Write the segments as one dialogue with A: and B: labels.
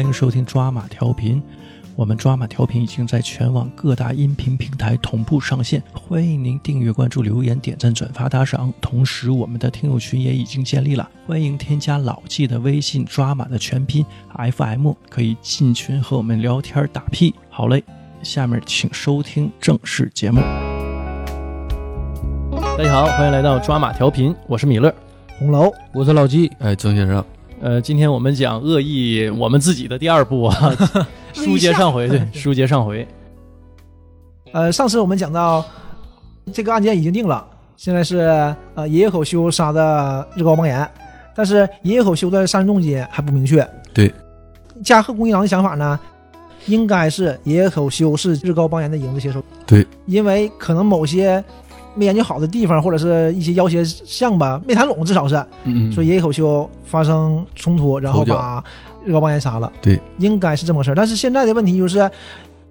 A: 迎收听抓马调频。我们抓马调频已经在全网各大音频平台同步上线，欢迎您订阅、关注、留言、点赞、转发、打赏。同时，我们的听友群也已经建立了，欢迎添加老纪的微信“抓马”的全拼 FM，可以进群和我们聊天打屁。好嘞，下面请收听正式节目。大家好，欢迎来到抓马调频，我是米勒。
B: 红楼，
C: 我是老纪，
D: 哎，曾先生，
A: 呃，今天我们讲恶意我们自己的第二部啊， 书接上回，对，书接上回，
B: 呃，上次我们讲到这个案件已经定了，现在是呃爷爷口修杀的日高邦彦，但是爷爷口修的杀人动机还不明确。
D: 对，
B: 加贺恭一郎的想法呢，应该是爷爷口修是日高邦彦的影子写手。
D: 对，
B: 因为可能某些没研究好的地方，或者是一些要挟项吧，没谈拢，至少是。
D: 嗯
B: 说爷爷口修发生冲突，然后
D: 头
B: 把日高邦彦杀了。
D: 对，
B: 应该是这么个事儿。但是现在的问题就是，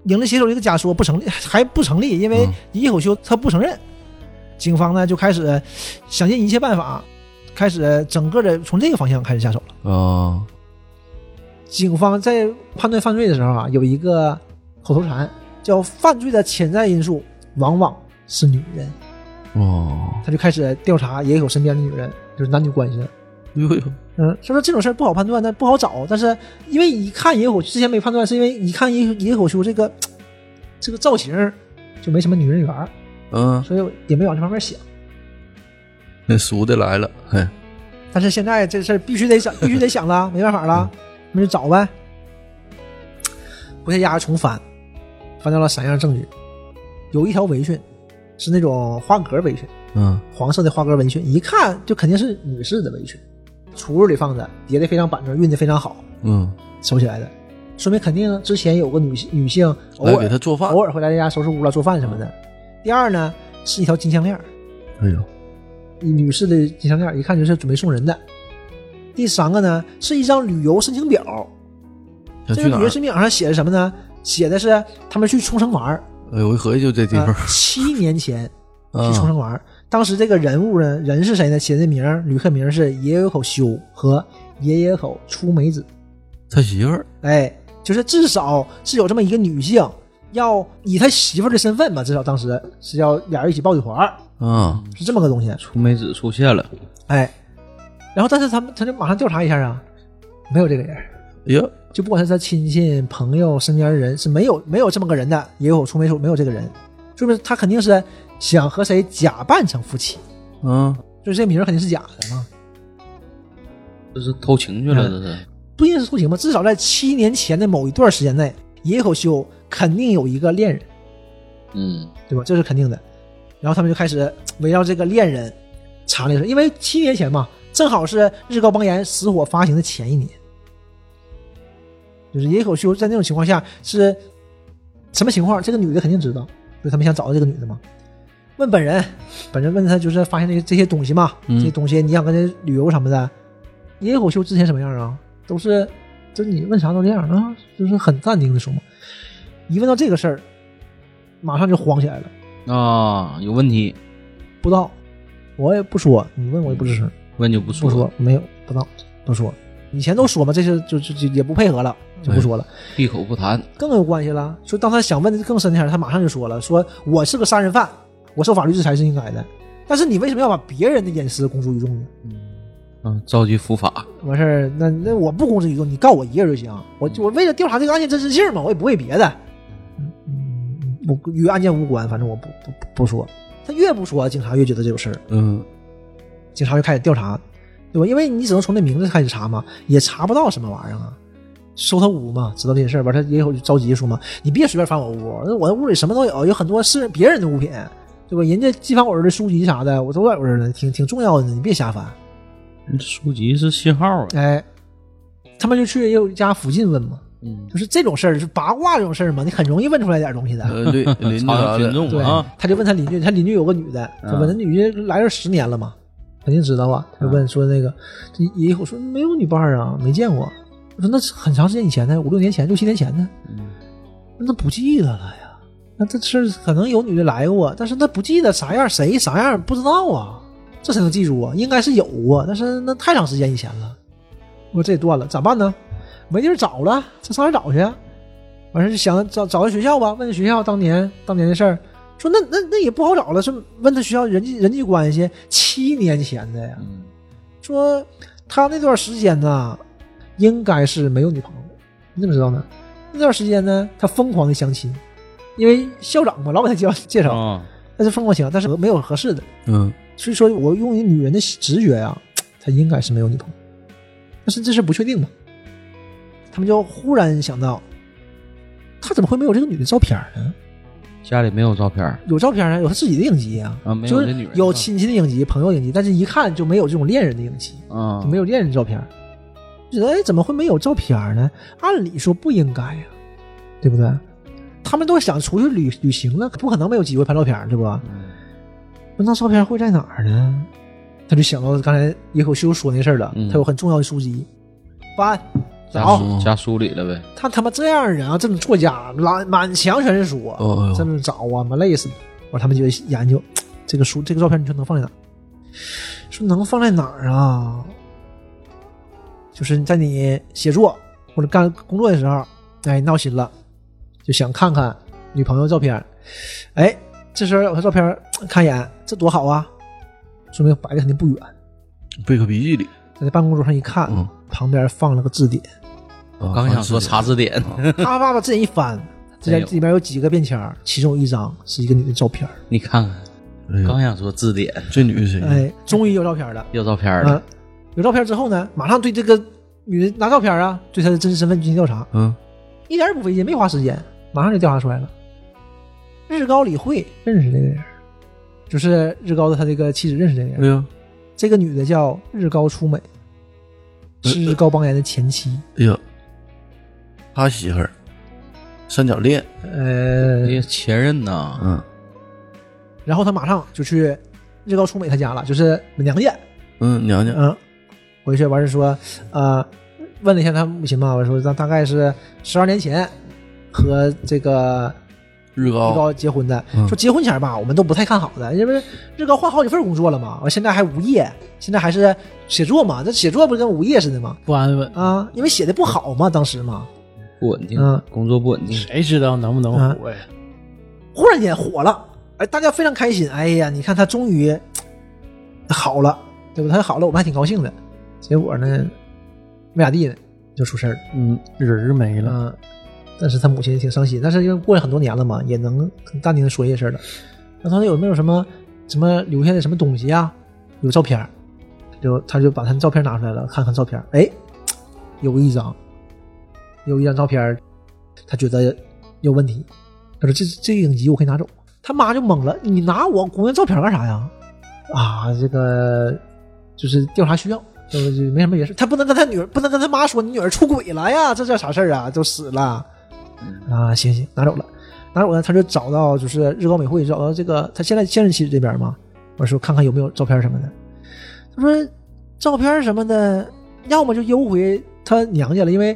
B: 影子写手这个假说不成立，还不成立，因为
D: 嗯
B: 爷爷口修他不承认。警方呢就开始想尽一切办法，开始整个的从这个方向开始下手了。
D: 啊，
B: 警方在判断犯罪的时候啊，有一个口头禅叫“犯罪的潜在因素往往是女人
D: 哦”，，
B: 他就开始调查爷爷口身边的女人，就是男女关系了。
D: 呦呦，
B: 嗯，所以说这种事儿不好判断，但不好找。但是因为一看野口，之前没判断，是因为一看野野口修这个这个造型儿就没什么女人缘儿，
D: 嗯，
B: 所以也没往这方面想。
D: 那熟的来了，嘿，
B: 但是现在这事儿必须得想，必须得想了，没办法了，那就找呗。回家丫重翻，翻到了三样证据，有一条围裙是那种花格围裙，
D: 嗯，
B: 黄色的花格围裙，一看就肯定是女士的围裙，橱子里放着，叠的非常板正，熨的非常好。
D: 嗯，
B: 收起来的，说明肯定之前有个女性女性偶
D: 来给
B: 尔
D: 他做饭
B: 偶，尔会来这家收拾屋了做饭什么的。第二呢，是一条金项链儿，
D: 哎呦，
B: 女士的金项链儿，一看就是准备送人的。第三个呢，是一张旅游申请表，这
D: 想去
B: 个
D: 哪
B: 旅
D: 儿啊
B: 游？申请表上写的什么呢？写的是他们去冲绳玩儿，
D: 哎呦，我一合计就这地
B: 呃
D: 方，
B: 七年前去冲
D: 啊，
B: 绳玩儿。当时这个人物呢，人是谁呢？写的名儿旅客名儿是野野口修和野野口出美子。
D: 他媳妇儿，
B: 哎，就是至少是有这么一个女性，要以他媳妇儿的身份吧，至少当时是要俩人一起抱一团儿，
D: 啊，
B: 是这么个东西。
C: 出梅子出现了，
B: 哎，然后但是他们他就马上调查一下啊，没有这个人，
D: 哎呀，
B: 就不管是他亲戚、朋友、身边的人，是没有没有这么个人的，也有出没出没有这个人，说明他肯定是想和谁假扮成夫妻，
D: 啊，
B: 就是这名儿肯定是假的嘛。
C: 这是偷情去
D: 哎
C: 了，这是。
B: 不一定是偷情吧，至少在七年前的某一段时间内，野口修肯定有一个恋人。
C: 嗯，
B: 对吧？这是肯定的。然后他们就开始围绕这个恋人查了一下，因为七年前嘛，正好是日高邦彦死火发行的前一年，就是野口修在那种情况下是什么情况？这个女的肯定知道，就是他们想找到这个女的嘛。问本人，本人问他就是发现这这些东西嘛，
D: 嗯
B: 这些东西你想跟人旅游什么的，野口修之前什么样啊？都是就是你问啥都这样啊，就是很淡定的说嘛。一问到这个事儿，马上就慌起来了。
C: 啊，有问题
B: 不知道，我也不说，你问我也不吱声，
D: 嗯
C: 问就不
B: 不说，没有，不知道，不说。以前都说嘛，这些就就就也不配合了，就不说了。
C: 闭口不谈。
B: 更有关系了，说当他想问的更深的时候，他马上就说了，说我是个杀人犯，我受法律制裁是应该的。但是你为什么要把别人的隐私公诸于众呢？
C: 嗯，召集伏法。
B: 完事儿，那那我不公之于众，你告我一个人就行。我我为了调查这个案件真实性嘛，我也不为别的。嗯，嗯我与案件无关，反正我不不不不说。他越不说，警察越觉得这有事儿。
D: 嗯，
B: 警察就开始调查，对吧？因为你只能从这名字开始查嘛，也查不到什么玩意儿啊。搜他屋嘛，知道这些事儿，完他也有着急说嘛，你别随便翻我屋，那我屋里什么都有，有很多是别人的物品，对吧？人家寄翻我儿的书籍啥的，我都在我这儿呢，挺挺重要的呢，你别瞎翻。
C: 书籍是信号啊。
B: 哎，他们就去也有家附近问嘛，
C: 嗯，
B: 就是这种事儿，就八卦这种事儿嘛，你很容易问出来点东西的。
D: 呃，对，邻居
C: 朝
D: 来
C: 阳群
D: 了，
C: 众
B: 对
C: 啊，，
B: 他就问他邻居，他邻居有个女的，
C: 嗯
B: 他问他女的来这儿十年了嘛，肯定知道啊。
C: 嗯
B: 他就问说那个，这也我说没有女伴儿啊，没见过。我说那是很长时间以前呢，五六年前、六七年前呢，
C: 嗯
B: 那不记得了呀。那这事儿可能有女的来过，但是那不记得啥样，谁啥样不知道啊，这才能啊记住啊，应该是有过，但是那太长时间以前了。我说这也断了，咋办呢？没地儿找了，上上哪儿找去啊？完事儿就想找找个学校吧，问学校当年当年的事儿，说那那那也不好找了，是问他学校人际人际关系，七年前的呀，
C: 嗯
B: 说他那段时间呢，应该是没有女朋友，你怎么知道呢？那段时间呢，他疯狂的相亲，因为校长嘛，老给他介绍介
D: 哦
B: 绍，
C: 啊，
B: 他就疯狂相，但是没有合适的。
D: 嗯
B: 所以说我用于女人的直觉啊，她应该是没有女朋友，但是这事不确定嘛。他们就忽然想到，他怎么会没有这个女的照片呢？
C: 家里没有照片儿
B: 有照片啊，有他自己的影集啊，
C: 啊，没
B: 就
C: 有
B: 是
C: 这女人
B: 有
C: 照
B: 亲戚的影集、朋友影集，但是一看就没有这种恋人的影集，
C: 片啊，
B: 就没有恋人照片。就觉得哎，怎么会没有照片呢？按理说不应该呀、对不对？他们都想出去旅旅行了，不可能没有机会拍照片，对不？
C: 嗯，
B: 那张照片会在哪儿呢？他就想到刚才野口秀说那事儿了，
C: 嗯
B: 他有很重要的书籍，翻
C: 家
B: 找
D: 书。
C: 梳家梳理了呗，
B: 他他妈这样人啊，这种作家满满墙全是书，
D: 哦
B: 这
D: 哦，
B: 么找啊，妈累死你！完，他们就研究这个书，这个照片，你说能放在哪儿？说能放在哪儿啊？就是在你写作或者干工作的时候，哎，闹心了，就想看看女朋友照片，哎，这时候有她照片，看一眼，这多好啊！说明摆的肯定不远，
D: 贝壳笔记里，
B: 在办公桌上一看，
D: 嗯，
B: 旁边放了个字典，
D: 我
C: 刚想说查字典，
B: 啪啪把字典一翻，这
C: 哎
B: 里
C: 呦
B: 里面有几个便签儿，其中有一张是一个女的照片儿，
C: 你看看，
D: 嗯
C: 刚想说字典
D: 哎这女的谁？
B: 哎，终于有照片了。
C: 要照片儿
B: 嗯
C: 了，，
B: 有照片之后呢，马上对这个女人拿照片啊，对她的真实身份进行调查，
D: 嗯，
B: 一点也不费劲，没花时间，马上就调查出来了。日高理惠认识这个人，就是日高的他这个妻子认识这个人。
D: 哎呀，
B: 这个女的叫日高出美，是日高邦彦的前妻。
D: 哎呀，他媳妇儿，三角恋，
B: 呃
C: 哎，呀，前任呐，
D: 嗯
B: 然后他马上就去日高出美他家了，就是娘家。
D: 嗯，娘娘，
B: 嗯，回去完事说，呃，问了一下他母亲嘛，我说大大概是十二年前和这个
D: 日
B: 日
D: 高，
B: 高结婚的，
D: 嗯
B: 说结婚前儿吧，我们都不太看好的，因为日高换好几份工作了嘛，完现在还无业，现在还是写作嘛，这写作不是跟无业似的吗？
E: 不安稳，
B: 啊，因为写的不好嘛，当时嘛，
C: 不稳定
B: 嗯，
C: 工作不稳定，
E: 谁知道能不能火呀？
B: 啊忽然间火了，哎，大家非常开心，哎呀，你看他终于嘖好了，对吧？他好了，我们还挺高兴的，结果呢，没咋地呢，就出事儿了。
E: 嗯，人儿没了，
B: 嗯，但是他母亲也挺伤心，但是因为过了很多年了嘛，也能很淡定的说这些事儿了。那他说有没有什么什么留下的什么东西啊？有照片儿，就他就把他的照片拿出来了，看看照片儿，哎，有一张，有一张照片儿，他觉得有问题。他说这这个影集我可以拿走。他妈就懵了，你拿我姑娘照片儿干啥呀？啊，这个就是调查需要，就是就没什么别事。他不能跟他女儿，不能跟他妈说你女儿出轨了呀，这叫啥事儿啊？都死了啊！行行，拿走了，拿走了，他就找到就是日高美惠，找到这个他现在现任妻子这边嘛。我说看看有没有照片什么的，他说照片什么的，要么就邮回他娘家了，因为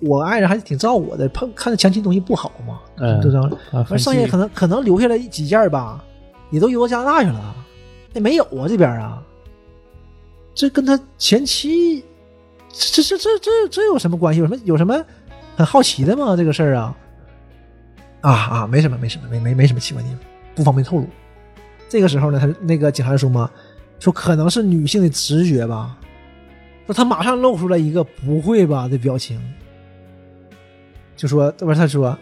B: 我爱人还挺照顾我的，碰看着前妻东西不好嘛，
A: 呃
E: 嗯
B: 就这样。
E: 啊，
B: 完剩下可能可能留下来几件儿吧，也都邮到加拿大去了，那没有啊这边儿啊，这跟他前妻，这这这这这有什么关系？有什么有什么很好奇的吗？这个事儿啊，啊啊，没什么没什么没没没什么奇怪地方，不方便透露。这个时候呢，他那个警察就说嘛，说可能是女性的直觉吧，说他马上露出了一个不会吧的表情，就说，不是他说，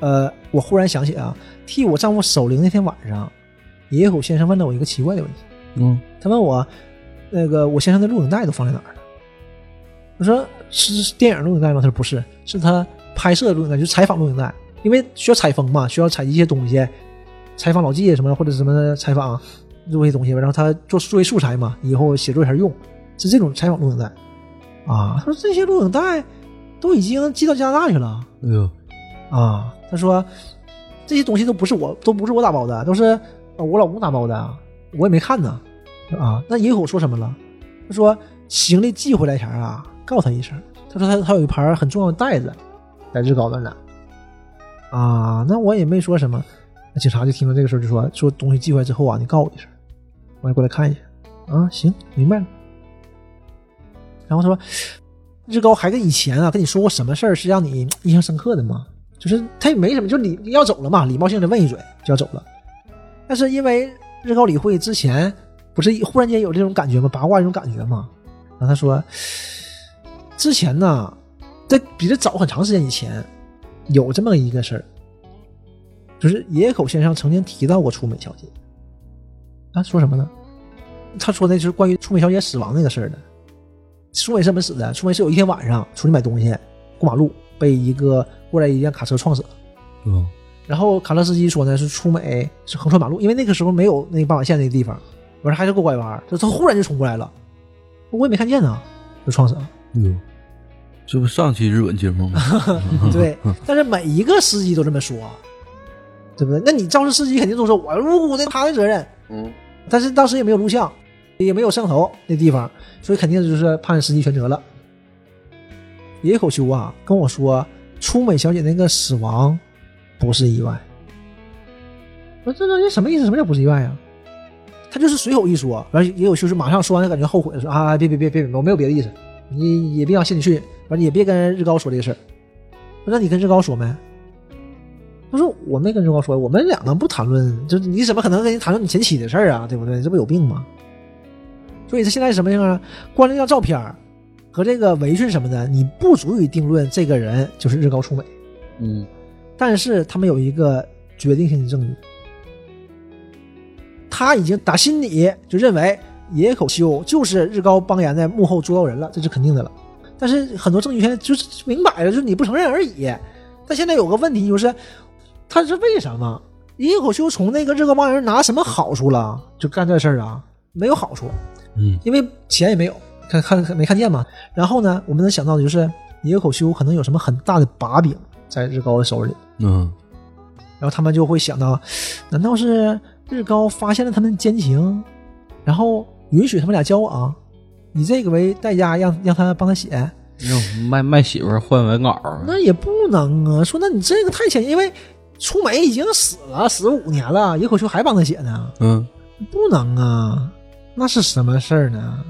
B: 呃，我忽然想起啊，替我丈夫守灵那天晚上，野口先生问了我一个奇怪的问题，
D: 嗯，
B: 他问我，那个我先生的录影带都放在哪儿了？我说是是电影录影带吗？他说不是，是他拍摄的录影带，就是采访录影带，因为需要采风嘛，需要采集一些东西，采访老纪什么或者什么采访录一些东西，然后他做作为素材嘛，以后写作前用，是这种采访录影带啊。他说这些录影带都已经寄到加拿大去了。
D: 哎呦，
B: 啊，他说这些东西都不是我，都不是我打包的，都是呃我老公打包的，我也没看呢。啊，那野口说什么了？他说行李寄回来前啊，告诉他一声。他说他他有一盘很重要的袋子，在日高那呢。啊，那我也没说什么。那警察就听到这个时候就说说东西寄回来之后啊，你告我一声，我也过来看一下。啊，行，明白了。然后他说日高还跟以前啊跟你说过什么事儿是让你印象深刻的吗？就是他也没什么，就礼要走了嘛，礼貌性的问一嘴就要走了。但是因为日高理会之前不是忽然间有这种感觉吗？八卦这种感觉吗？然后他说，之前呢，在比这早很长时间以前，有这么一个事儿，就是野口先生曾经提到过出美小姐。他说什么呢？他说那就是关于出美小姐死亡那个事儿的。出美是怎么死的？出美是有一天晚上出去买东西，过马路被一个过来一辆卡车撞死了。
D: 嗯，
B: 然后卡车司机说呢，是出美是横穿马路，因为那个时候没有那个斑马线那个地方，完事还是过拐弯儿，就他忽然就冲过来了，我也没看见呢，就撞死了。
D: 嗯，这不上期日本节 目吗？
B: 对，但是每一个司机都这么说，对不对？那你肇事司机肯定都说我无辜的，他的责任。
C: 嗯，
B: 但是当时也没有录像，也没有摄像头那地方，所以肯定就是判司机全责了。野口修啊跟我说，出美小姐那个死亡不是意外。我说这这这什么意思？什么叫不是意外呀、他就是随口一说，完野口修是马上说完，他感觉后悔了，说啊别别别别别，我没有别的意思，你也别往心里去，完也别跟日高说这个事儿。我说那你跟日高说没？他说我没跟周高说，我们两个不谈论，就是你怎么可能跟人谈论你前妻的事儿啊，对不对？这不有病吗？所以他现在是什么样啊？光这张照片儿和这个围裙什么的，你不足以定论这个人就是日高出美。
C: 嗯，
B: 但是他们有一个决定性的证据，他已经打心底就认为野口修就是日高邦彦的幕后主导人了，这是肯定的了。但是很多证据现在就是明摆着，就是你不承认而已。但现在有个问题就是，他是为什么野口修从那个日高邦彦拿什么好处了？就干这事儿啊，没有好处。
D: 嗯，
B: 因为钱也没有，看看看没看见嘛。然后呢，我们能想到的就是野口修可能有什么很大的把柄在日高的手里，
D: 嗯
B: 然后他们就会想到，难道是日高发现了他们的奸情，然后允许他们俩交往，以这个为代价让让他帮他写？
C: 让卖卖媳妇儿换文稿
D: 啊
C: 儿，
B: 那也不能啊，说那你这个太浅，因为出美已经死了死五年了，野口修还帮他写呢。
D: 嗯
B: 不能啊，那是什么事儿呢？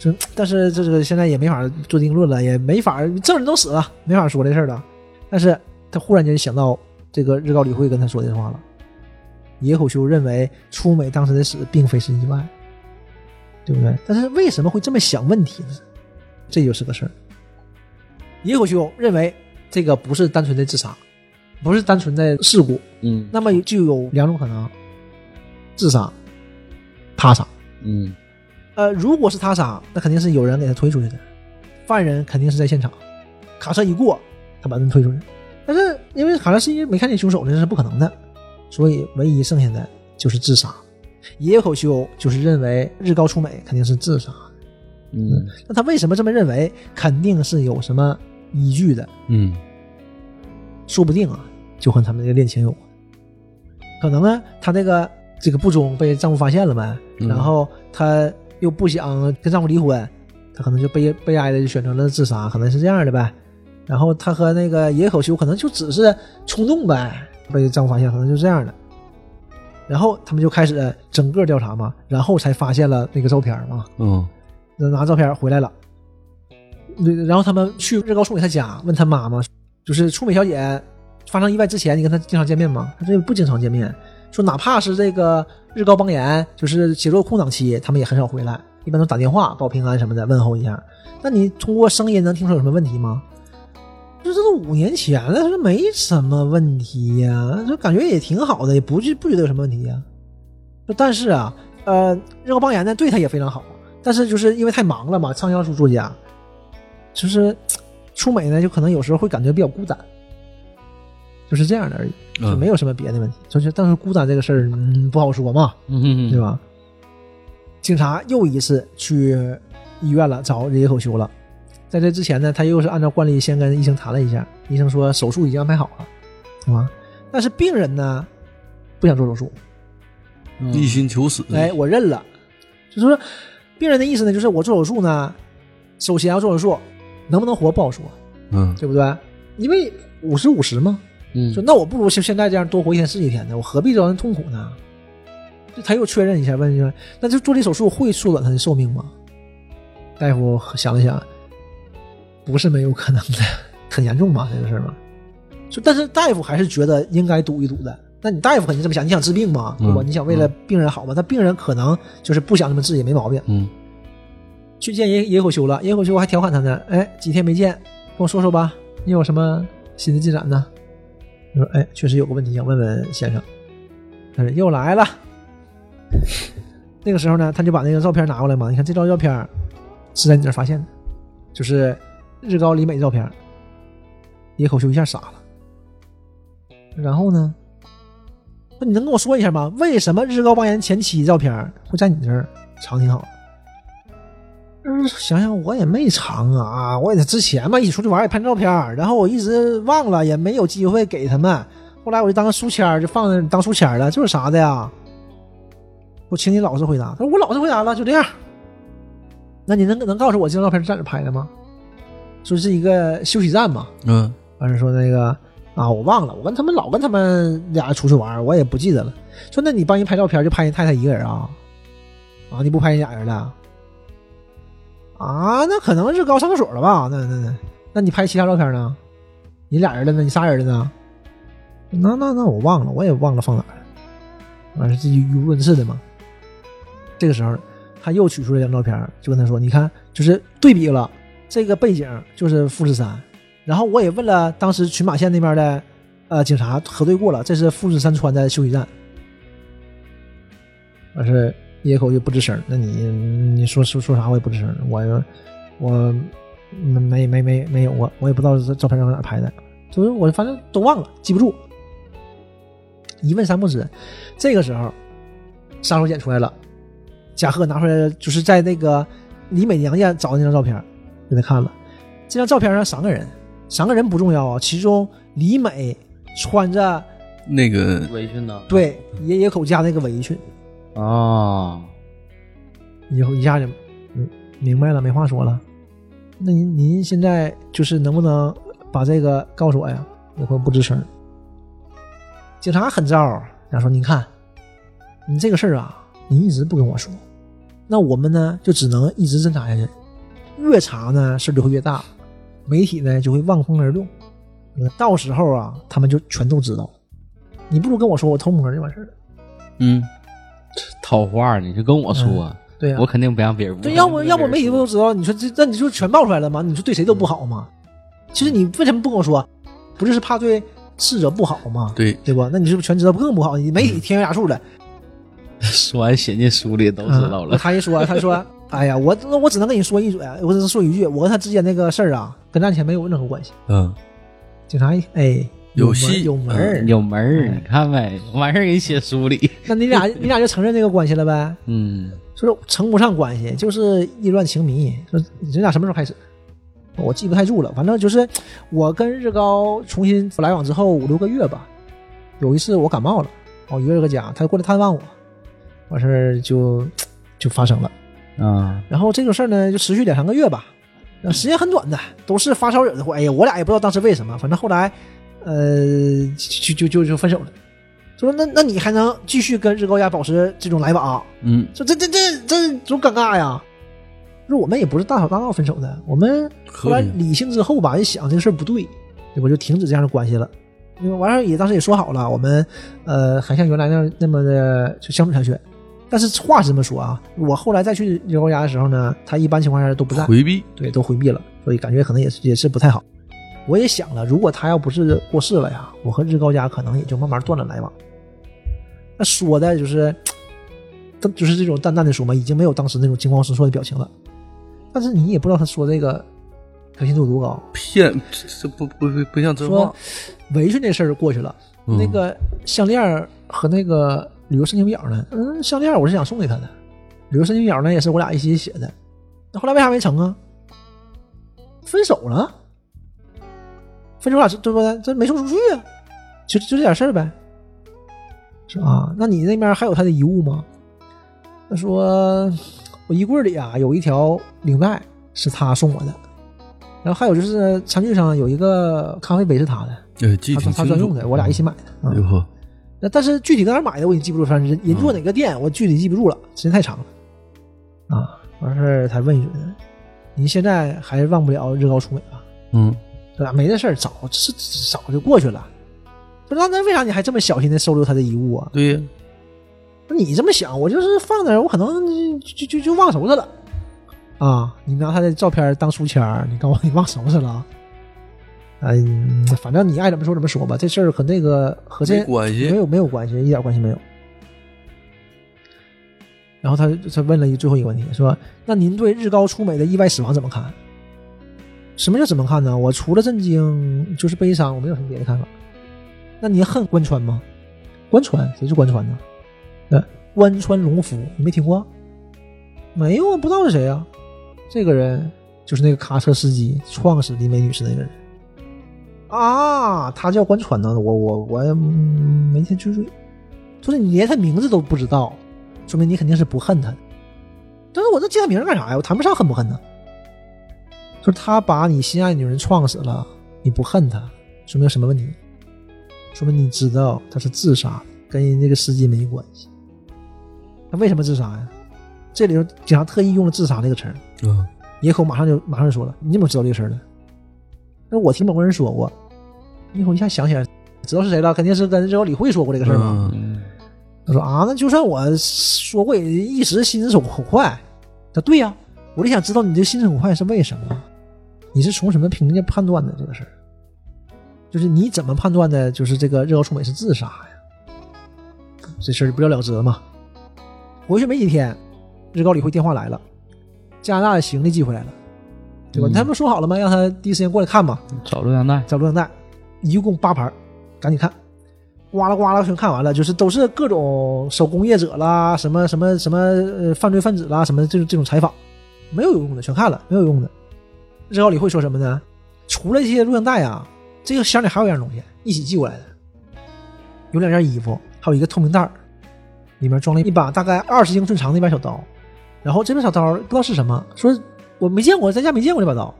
B: 这但是这个现在也没法做定论了，也没法证人都死了，没法说这事儿了。但是他忽然间想到这个日高理惠跟他说这话了，野口修认为出美当时的死并非是意外，对不对？但是为什么会这么想问题呢？这就是个事儿。野口修认为这个不是单纯的自杀，不是单纯的事故，
C: 嗯
B: 那么就有两种可能：自杀、他杀。
C: 嗯
B: 呃，如果是他杀，那肯定是有人给他推出去的，犯人肯定是在现场，卡车一过，他把人推出去。但是因为卡车司机没看见凶手，那是不可能的，所以唯一剩下的就是自杀。野口修就是认为日高出美肯定是自杀，
C: 嗯
B: 那他为什么这么认为？肯定是有什么依据的，
D: 嗯
B: 说不定啊，就和他们这个恋情有关。可能呢，她这个这个不忠被丈夫发现了呗，
D: 嗯
B: 然后她又不想跟丈夫离婚，她可能就悲悲哀的就选择了自杀，可能是这样的呗。然后她和那个野口修可能就只是冲动呗，被丈夫发现，可能就这样的。然后他们就开始整个调查嘛，然后才发现了那个照片嘛，
D: 嗯
B: 那拿照片回来了。那然后他们去日高树美他家，问他妈妈，就是初美小姐发生意外之前，你跟她经常见面吗？她说不经常见面，说哪怕是这个日高邦彦，就是写作空档期，他们也很少回来，一般都打电话报平安什么的，问候一下。那你通过声音能听出有什么问题吗？就这都五年前了，说没什么问题呀、就感觉也挺好的，也不觉不觉得有什么问题呀、就但是啊，呃，日高邦彦呢对他也非常好，但是就是因为太忙了嘛，畅销书作家，就是出美呢，就可能有时候会感觉比较孤单，就是这样的而已，就
D: 嗯，
B: 没有什么别的问题。就是但是孤单这个事儿、嗯、不好说嘛，
C: 嗯
B: 对吧？警察又一次去医院了，找野口修了。在这之前呢，他又是按照惯例先跟医生谈了一下，医生说手术已经安排好了，对吧？但是病人呢不想做手术，
C: 嗯
D: 一心求死。
B: 哎，我认了。就是说，病人的意思呢，就是我做手术呢，首先要做手术，能不能活不好说，
D: 嗯
B: 对不对？因为五十五十嘛，
C: 嗯
B: 说那我不如像现在这样多活一天是一天呢，我何必让人痛苦呢？就他又确认一下，问一下，那就做这手术会缩短他的寿命吗？大夫想了想，不是没有可能的，很严重吧这个事儿嘛。就但是大夫还是觉得应该赌一赌的。那你大夫肯定这么想，你想治病嘛，对吧？
D: 嗯
B: 你想为了病人好嘛？但病人可能就是不想这么治也没毛病。
D: 嗯，
B: 去见野野口修了，野口修还调侃他呢，哎，几天没见，跟我说说吧，你有什么新的进展呢？他说，哎，确实有个问题想问问先生。他说又来了。那个时候呢，他就把那个照片拿过来嘛，你看这张照片是在你这儿发现的，就是日高里美照片。野口修一下傻了，然后呢？那你能跟我说一下吗？为什么日高八言前期照片会在你这儿藏挺好的？嗯，想想我也没藏啊，我也之前嘛一起出去玩也拍照片儿，然后我一直忘了，也没有机会给他们。后来我就当书签儿，就放那儿当书签儿了，这有啥的呀？我请你老实回答。他说我老实回答了，就这样。那你能能告诉我这张照片是在哪儿拍的吗？说是一个休息站嘛，
D: 嗯
B: 完事说那个啊，我忘了，我跟他们老跟他们俩出去玩，我也不记得了。说那你帮人拍照片就拍人太太一个人啊？啊，你不拍人俩人了？啊，那可能是高上厕所了吧？那那那，那你拍其他照片呢？你俩人的呢？你仨人的呢？那那那我忘了，我也忘了放哪儿了。完事这就语无伦次的嘛。这个时候，他又取出了一张照片，就跟他说：“你看，就是对比了这个背景，就是富士山。”然后我也问了当时群马县那边的呃警察核对过了，这是富士山川的休息站。完事儿野口就不吱声儿，那你你说说说啥我也不吱声儿，我我没没没没有我我也不知道这照片上哪儿拍的，就是我反正都忘了，记不住。一问三不知，这个时候杀手锏出来了，甲贺拿出来就是在那个李美娘家找的那张照片儿，给他看了，这张照片上三个人，三个人不重要啊，其中李美穿着
D: 那个
C: 围裙呢？
B: 对野野口家那个围裙，
C: 啊，
B: 以后一下就嗯明白了，没话说了。那您您现在就是能不能把这个告诉我呀？我会不吱声。警察很招儿，他说：“您看，你这个事儿啊，您一直不跟我说，那我们呢就只能一直侦查下去。越查呢事儿就会越大，媒体呢就会望风而动。呃到时候啊，他们就全都知道。你不如跟我说，我偷摸就完事儿了。
C: 嗯，套话你就跟我说，
B: 对呀、
C: 我肯定不让别人。
B: 嗯对，要不要不媒体不都知道？你说这，那你就全爆出来了吗？你说对谁都不好吗？其实你为什么不跟我说？不就是怕对逝者不好吗？
D: 对，
B: 对吧？那你是不是全知道更不好？你
C: 嗯
B: 媒体添油加醋的，
C: 说完写进书里都知道
B: 啊
C: 了。
B: 他一说，他 说：“哎呀，我那我只能跟你说一嘴，我只能说一句，我和他之间那个事儿啊，跟咱钱没有任何关系。
D: 嗯，”
B: 警察一哎，
D: 有
B: 门
D: 戏
B: 有门儿，
C: 嗯有门儿，你看呗，完事儿给你写书里。
B: 那你俩你俩就承认这个关系了呗？
C: 嗯，
B: 就是称不上关系，就是意乱情迷。说你这俩什么时候开始？我记不太住了，反正就是我跟日高重新来往之后五六个月吧。有一次我感冒了，我约了个家，他过来探望我，完事儿就就发生了。
C: 啊，
B: 然后这个事儿呢，就持续两三个月吧，呃时间很短的，都是发烧友的货。哎呀，我俩也不知道当时为什么，反正后来，呃，就就就就分手了。就说那那你还能继续跟日高家保持这种来往、
D: 嗯，
B: 这这这这这多尴尬呀！就是我们也不是大吵大闹分手的，我们后来
D: 合理
B: 理性之后吧，一想这个事儿不对，我就停止这样的关系了。因为完事儿也当时也说好了，我们呃还像原来那样那么的就相处下去。但是话是这么说啊，我后来再去刘高家的时候呢，他一般情况下都不在，
D: 回避，
B: 对，都回避了，所以感觉可能也是也是不太好。我也想了，如果他要不是呃过世了呀，我和日高家可能也就慢慢断了来往。那说的就是，但就是这种淡淡的说嘛，已经没有当时那种惊慌失措的表情了。但是你也不知道他说这个可信度有多高。
D: 骗这这不不不不像真话
B: 说，围裙这事儿过去了，
D: 嗯
B: 那个项链儿和那个旅游申请表呢？嗯，项链儿我是想送给他的，旅游申请表呢也是我俩一起写的。那后来为啥没成啊？分手了，分手俩是对不对？这没送出去啊，就就这点事儿呗。是啊，那你那边还有他的遗物吗？他说我衣柜里啊有一条领带是他送我的，然后还有就是餐具上有一个咖啡杯是他的，
D: 呃，记
B: 他
D: 挺
B: 他
D: 清
B: 专用
D: 楚
B: 的，我俩一起买的。
D: 哎
B: 啊
D: 呦呵，
B: 那但是具体在哪儿买的我已经记不住，反正人人
D: 嗯
B: 做哪个店我具体记不住了，时间太长了。啊，完事儿才问一句呢，你现在还是忘不了日高出美吧？
D: 嗯，
B: 对吧？没这事儿，早是早就过去了。不知道那为啥你还这么小心的收留他的遗物啊？
D: 对呀，
B: 那你这么想，我就是放那儿，我可能就就就忘收拾了啊！你拿他的照片当书签儿，你告诉我你忘收拾了？啊哎，反正你爱怎么说怎么说吧，这事儿和那个和这
D: 没关系
B: 没有没有关系，一点关系没有。然后他他问了一最后一个问题，说：“那您对日高出美的意外死亡怎么看？”什么叫怎么看呢？我除了震惊就是悲伤，我没有什么别的看法。那你恨关川吗？关川谁是关川呢？呃，关川龙夫，你没听过？没有啊，不知道是谁啊？这个人就是那个卡车司机，撞死林美女士那个人啊，他叫关川呢。我我我、嗯没太追追，就是你连他名字都不知道，说明你肯定是不恨他的。但是我这记他名儿干啥呀？我谈不上恨不恨呢。就是他把你心爱的女人撞死了，你不恨他，说明什么问题？说明你知道他是自杀的，跟人这个司机没关系。他为什么自杀呀？这里头警察特意用了“自杀”这个词儿。
D: 嗯，
B: 野口马上就马上就说了：“你怎么知道这个事儿的？”那我听某个人说过，野口一下想起来，知道是谁了，肯定是跟日高理惠说过这个事儿吧？
C: 嗯，
B: 他说啊，那就算我说过，也一时心手很快。他说对呀、我就想知道你这心手很快是为什么？你是从什么评价判断的这个事儿？就是你怎么判断的？就是这个热高出美是自杀呀？这事儿就不了了之了嘛。回去没几天，日高理惠电话来了，加拿大的行李寄回来了，对吧？
C: 嗯
B: 他们说好了吗？让他第一时间过来看嘛。
C: 找录像带，
B: 啊找录像带，一共八盘儿，赶紧看，呱啦呱啦全看完了，就是都是各种手工业者啦，什么什么什么呃犯罪分子啦，什么这种这种采访，没有用的全看了，没有用的。日高理会说什么呢？除了这些录像带啊，这个箱里还有一样东西，一起寄过来的，有两件衣服，还有一个透明袋儿，里面装了一把大概二十英寸长的一把小刀，然后这把小刀不知道是什么，说我没见过，在家没见过这把刀。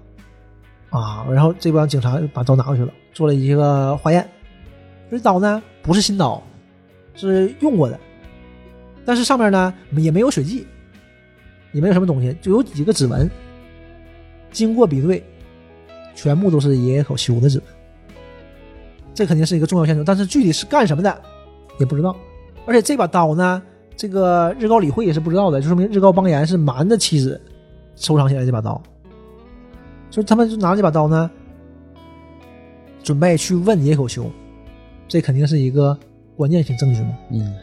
B: 啊，然后这帮警察把刀拿回去了，做了一个化验。这刀呢不是新刀，是用过的，但是上面呢也没有血迹，也没有什么东西，就有几个指纹。经过比对，全部都是爷爷口修的指纹。这肯定是一个重要线索，但是具体是干什么的也不知道。而且这把刀呢，这个日高理惠也是不知道的，就说明日高邦彦是瞒着妻子收藏起来这把刀。就是他们就拿着这把刀呢，准备去问野口雄，这肯定是一个关键性证据嘛。
C: 嗯，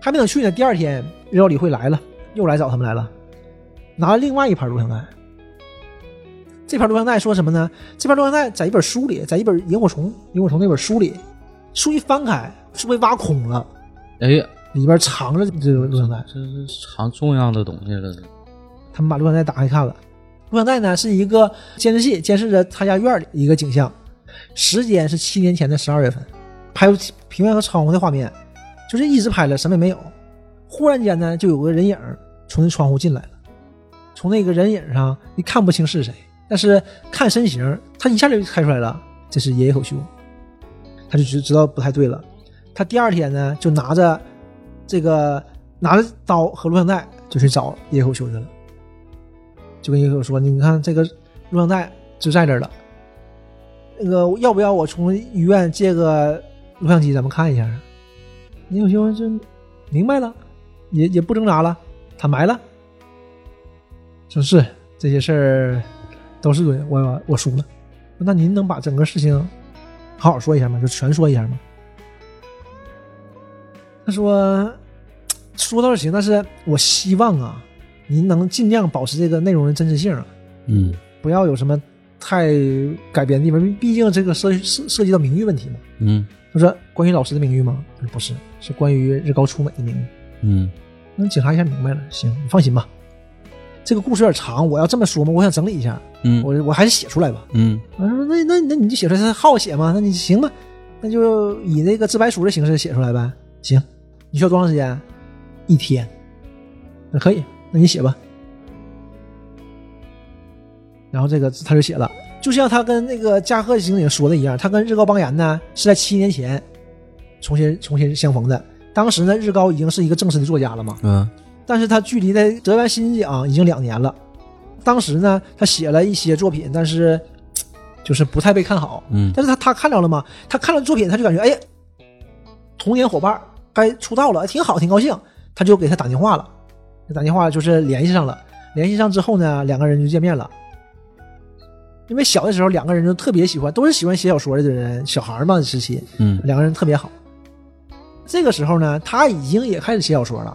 B: 还没等去呢，第二天日高理惠来了，又来找他们来了，拿了另外一盘录像带。这盘录像带说什么呢？这盘录像带在一本书里，在一本《萤火虫》《萤火虫》那本书里，书一翻开，书被挖空了，
C: 哎呀，
B: 里边藏着这个录像带。
C: 这是藏重要的东西了，这是
B: 他们把录像带打开看了。录像带呢是一个监视器，监视着他家院里一个景象，时间是七年前的十二月份，拍出平面和窗户的画面，就是一直拍了什么也没有。忽然间呢，就有个人影儿从那窗户进来了，从那个人影上你看不清是谁，但是看身形，他一下就猜出来了，这是爷爷口秀，他就知知道不太对了。他第二天呢，就拿着这个拿着刀和录像带就去找爷爷口秀去了。就跟叶口说：“你看这个录像带就在这儿了，那个要不要我从医院借个录像机，咱们看一下啊？”叶口兄就明白了，也也不挣扎了，坦白了，说是这些事儿都是对我我输了。那您能把整个事情好好说一下吗？就全说一下吗？他说说倒是行，但是我希望啊，您能尽量保持这个内容的真实性啊，
D: 嗯，
B: 不要有什么太改编的地方，毕竟这个涉涉涉及到名誉问题嘛。
D: 嗯，
B: 他说关于老师的名誉吗？他说不是，是关于日高出美的名誉。
D: 嗯，
B: 那警察一下明白了，行，你放心吧。这个故事有点长，我要这么说嘛，我想整理一下，
D: 嗯，
B: 我我还是写出来吧。
D: 嗯，
B: 我说那那那你就写出来，他好写嘛，那你行吧，那就以那个自白书的形式写出来呗。行，你需要多长时间？一天。那可以，那你写吧。然后这个他就写了，就像他跟那个加贺刑警说的一样，他跟日高邦彦呢是在七年前重新重新相逢的。当时呢，日高已经是一个正式的作家了嘛，
D: 嗯，
B: 啊但是他距离在德原新奖已经两年了，当时呢，他写了一些作品，但是嘖就是不太被看好。
D: 嗯
B: 但是他他看着了嘛，他看了作品，他就感觉哎呀，童年伙伴儿该出道了，哎挺好，挺高兴。他就给他打电话了，打电话就是联系上了，联系上之后呢，两个人就见面了。因为小的时候两个人就特别喜欢，都是喜欢写小说的人，小孩儿嘛时期，
D: 嗯
B: 两个人特别好。这个时候呢，他已经也开始写小说了，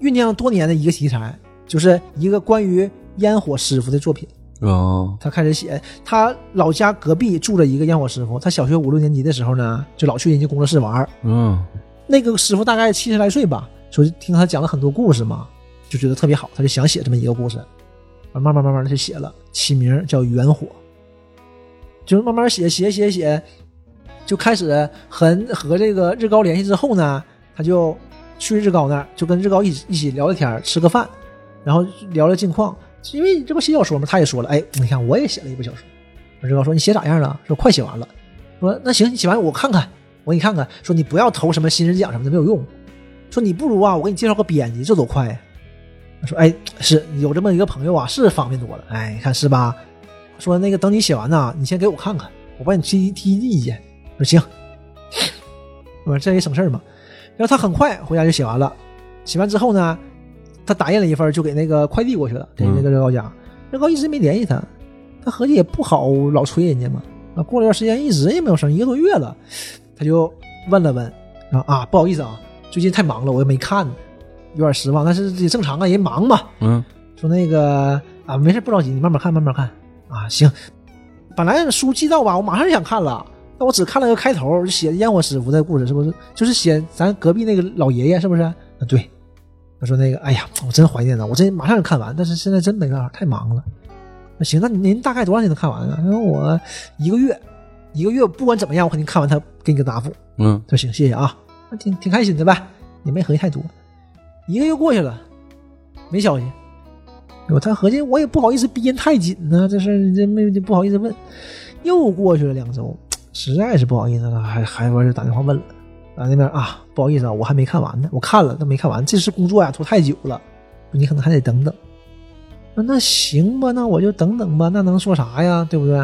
B: 酝酿多年的一个题材，就是一个关于烟火师傅的作品。
D: 哦，
B: 他开始写，他老家隔壁住着一个烟火师傅，他小学五六年级的时候呢，就老去人家工作室玩儿
D: 嗯
B: 那个师傅大概七十来岁吧，所以听他讲了很多故事嘛，就觉得特别好，他就想写这么一个故事，啊，慢慢慢慢的就写了，起名叫《元火》，就是慢慢写写写写，就开始和和这个日高联系之后呢，他就去日高那儿，就跟日高一起一起聊聊天儿，吃个饭，然后聊聊近况，因为这不写小说嘛，他也说了，哎，你看我也写了一部小说，日高说你写咋样了？说快写完了，说那行，你写完我看看。我给你看看，说你不要投什么新人奖什么的没有用，说你不如啊，我给你介绍个编辑，这多快呀！他说哎，是有这么一个朋友啊，是方便多了，哎，你看是吧？说那个等你写完呐、你先给我看看，我帮你提提意见。说行，我说这也省事儿嘛。然后他很快回家就写完了，写完之后呢，他打印了一份就给那个快递过去了，给那个乐高家，乐高一直没联系他，他合计也不好老催人家嘛。那过了一段时间，一直也没有声儿，一个多月了。他就问了问，然后啊，不好意思啊，最近太忙了，我也没看，有点失望，但是也正常啊，人忙嘛。
D: 嗯
B: 说那个啊，没事，不着急，你慢慢看，慢慢看啊，行。本来书寄到吧，我马上就想看了，但我只看了个开头，就写烟火师傅的故事，是不是？就是写咱隔壁那个老爷爷，是不是？啊，对。他说那个，哎呀，我真怀念呢，我真马上就看完，但是现在真没办法，太忙了。那行，那您大概多长时间能看完啊？他说我一个月，一个月不管怎么样，我肯定看完他给你个答复。
D: 嗯
B: 说行，谢谢啊，那挺挺开心的呗，也没合计太多。一个月过去了，没消息。我他合计我也不好意思逼人太紧呢、这事儿这没这不好意思问。又过去了两周，实在是不好意思了，还还完事儿打电话问了，啊那边啊不好意思啊，我还没看完呢，我看了但没看完，这次工作呀、拖太久了，你可能还得等等。那那行吧，那我就等等吧，那能说啥呀，对不对？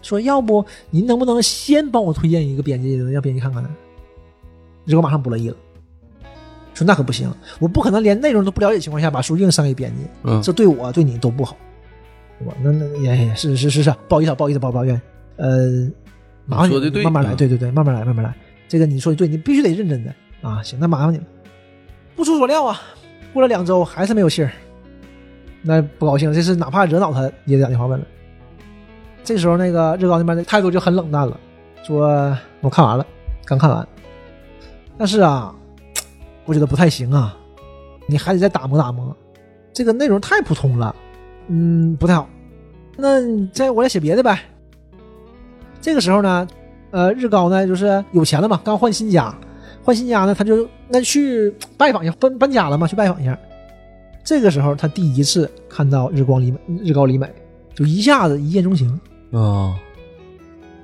B: 说要不您能不能先帮我推荐一个编辑，让编辑看看呢？结果马上不乐意了，说那可不行，我不可能连内容都不了解情况下把书硬塞给编辑，
D: 嗯
B: 这对我对你都不好。我那那也也是是是是，不好意思啊，不好意思，抱抱怨，呃，麻烦你
D: 说得对
B: 慢慢来，
D: 嗯
B: 对对对，慢慢来，慢慢来，这个你说的对，你必须得认真的啊，行，那麻烦你了。不出所料啊，过了两周还是没有信儿，那不高兴，这是哪怕惹恼他也得打电话问了。这时候那个热高那边的态度就很冷淡了，说我看完了，刚看完，但是啊，我觉得不太行啊，你还得再打磨打磨，这个内容太普通了，嗯，不太好。那你再我再写别的呗。这个时候呢，呃，日高呢就是有钱了嘛，刚换新家，换新家呢他就那去拜访一下，搬搬家了嘛，去拜访一下。这个时候他第一次看到日光里美，日高里美，就一下子一见钟情。
D: 哦，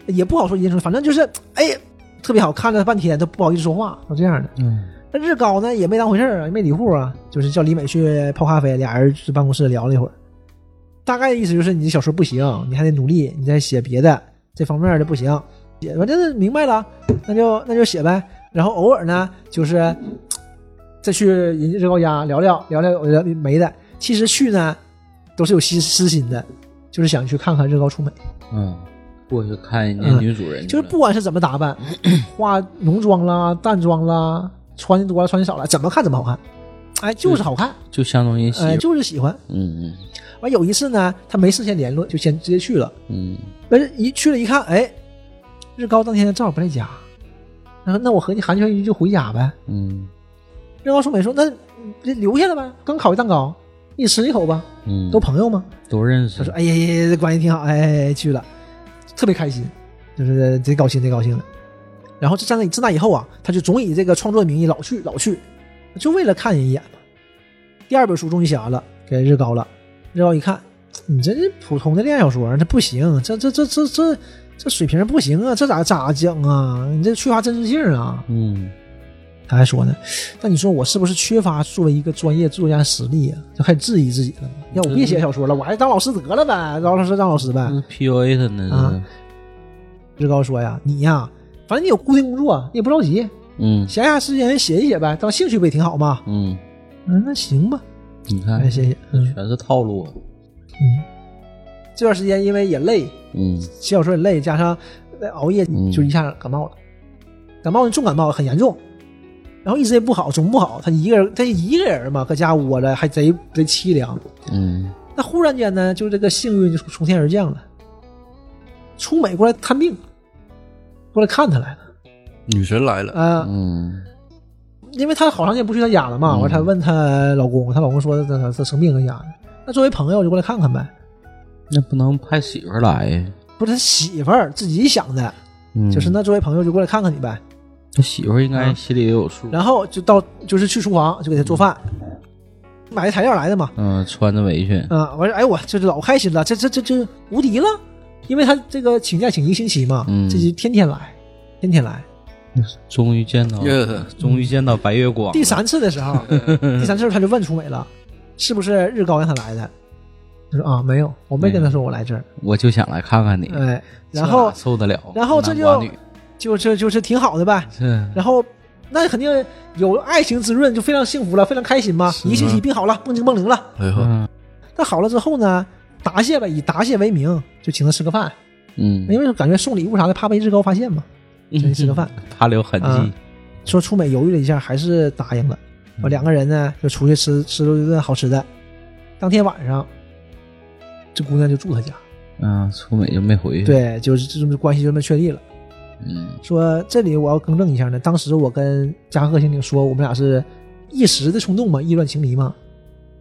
B: 也不好说一见钟情，反正就是哎，特别好看了半天都不好意思说话，都这样的。
D: 嗯
B: 那日高呢也没当回事儿啊，也没理户啊，就是叫李美去泡咖啡，俩人去办公室聊了一会儿。大概意思就是你这小说不行，你还得努力，你再写别的这方面的不行。写反正明白了，那就那就写呗。然后偶尔呢，就是嘖再去人家日高家聊聊聊聊聊没的。其实去呢，都是有私私心的，就是想去看看日高出美。
C: 嗯，过去看人家女主人去
B: 就
C: 了，
B: 是不管是怎么打扮，化浓妆啦、淡妆啦，穿的多了、穿的少了，怎么看怎么好看，哎，就是好看，
C: 就相当于媳妇
B: 哎，就是喜欢。
C: 嗯嗯
B: 完有一次呢，他没事先联络，就先直接去了。
C: 嗯，
B: 完事一去了，一看，哎，日高当天正好不在家，然后那我合计寒暄一句就回家呗。
C: 嗯
B: 日高说美说，那这留下了呗，刚烤一蛋糕，你吃一口吧，
C: 嗯，
B: 都朋友嘛。
C: 都认识
B: 他。说：“哎呀呀，呀，这关系挺好，哎，去了，特别开心，就是贼高兴，贼高兴了。然后就在那自那以后啊，他就总以这个创作的名义老去老去，就为了看人一眼嘛。第二本书终于写完了，给日高了。日高一看，你这是普通的恋爱小说，这不行，这这这这这这水平不行啊，这咋咋讲啊？你这缺乏真实性啊！
C: 嗯
B: 他他还说呢，那你说我是不是缺乏作为一个专业作家的实力啊？就开始质疑自己了。要我别写小说了，我还当老师得了呗，当老师当老师呗。
C: PUA 他呢
B: 啊？志高说呀，你呀，反正你有固定工作，你也不着急，
C: 嗯
B: 闲暇时间写一写呗，当兴趣不也挺好吗？
C: 嗯，
B: 嗯，那行吧，
C: 你看
B: 哎，写写。嗯
C: 全是套路啊。
B: 嗯，这段时间因为也累，
C: 嗯
B: 写小说也累，加上呃熬夜，
C: 嗯
B: 就一下感冒了。感冒重感冒很严重，然后一直也不好，总不好。他一个人，他一个人嘛，搁家窝着，还贼贼凄凉。
C: 嗯
B: 那忽然间呢，就这个幸运就从天而降了，出美过来探病，过来看他来了
D: 女神来了，
B: 啊、
C: 嗯
B: 因为她好长时间不去她家了嘛，
C: 嗯
B: 完她问她老公，她老公说她她她生病在家呢。那作为朋友就过来看看呗，
C: 那不能派媳妇儿来呀？
B: 不是她媳妇儿自己想的，
C: 嗯
B: 就是那作为朋友就过来看看你呗。
C: 他媳妇儿应该心里也有数。
B: 然后就到就是去厨房就给她做饭，买的材料来的嘛，
C: 嗯，穿着围裙，
B: 啊，完事儿哎我这就老开心了，这这这这无敌了，因为她这个请假请一星期嘛，
C: 嗯
B: 这就天天来，天天来。
C: 终于见到，
D: 耶
C: 终于见到白月光了。
B: 第三次的时候，第三次她就问楚美了，是不是日高让她来的？她说啊没有，我没跟她说我来这儿，
C: 我就想来看看你，
B: 哎，
C: 这
B: 然后
C: 哪受得了？
B: 然后这
C: 孤
B: 就
C: 男寡女
B: 就这就是挺好的呗。
C: 这
B: 然后那肯定有爱情滋润，就非常幸福了，非常开心嘛。一个星期病好了，梦精梦灵了。
D: 哎呦，
C: 嗯
B: 那好了之后呢，答谢呗，以答谢为名就请他吃个饭，因
C: 嗯，
B: 为感觉送礼物啥的，怕被日高发现嘛，请他吃 个饭。
C: 怕留痕迹
B: 啊。说初美犹豫了一下，还是答应了。
C: 嗯
B: 我两个人呢就出去吃吃了一顿好吃的。当天晚上，这姑娘就住他家，
C: 嗯，初美就没回去。，
B: 对，就是这么关系就这么确立了。
C: 嗯
B: 说这里我要更正一下呢，当时我跟嘉禾刑警说，我们俩是一时的冲动嘛，意乱情迷嘛，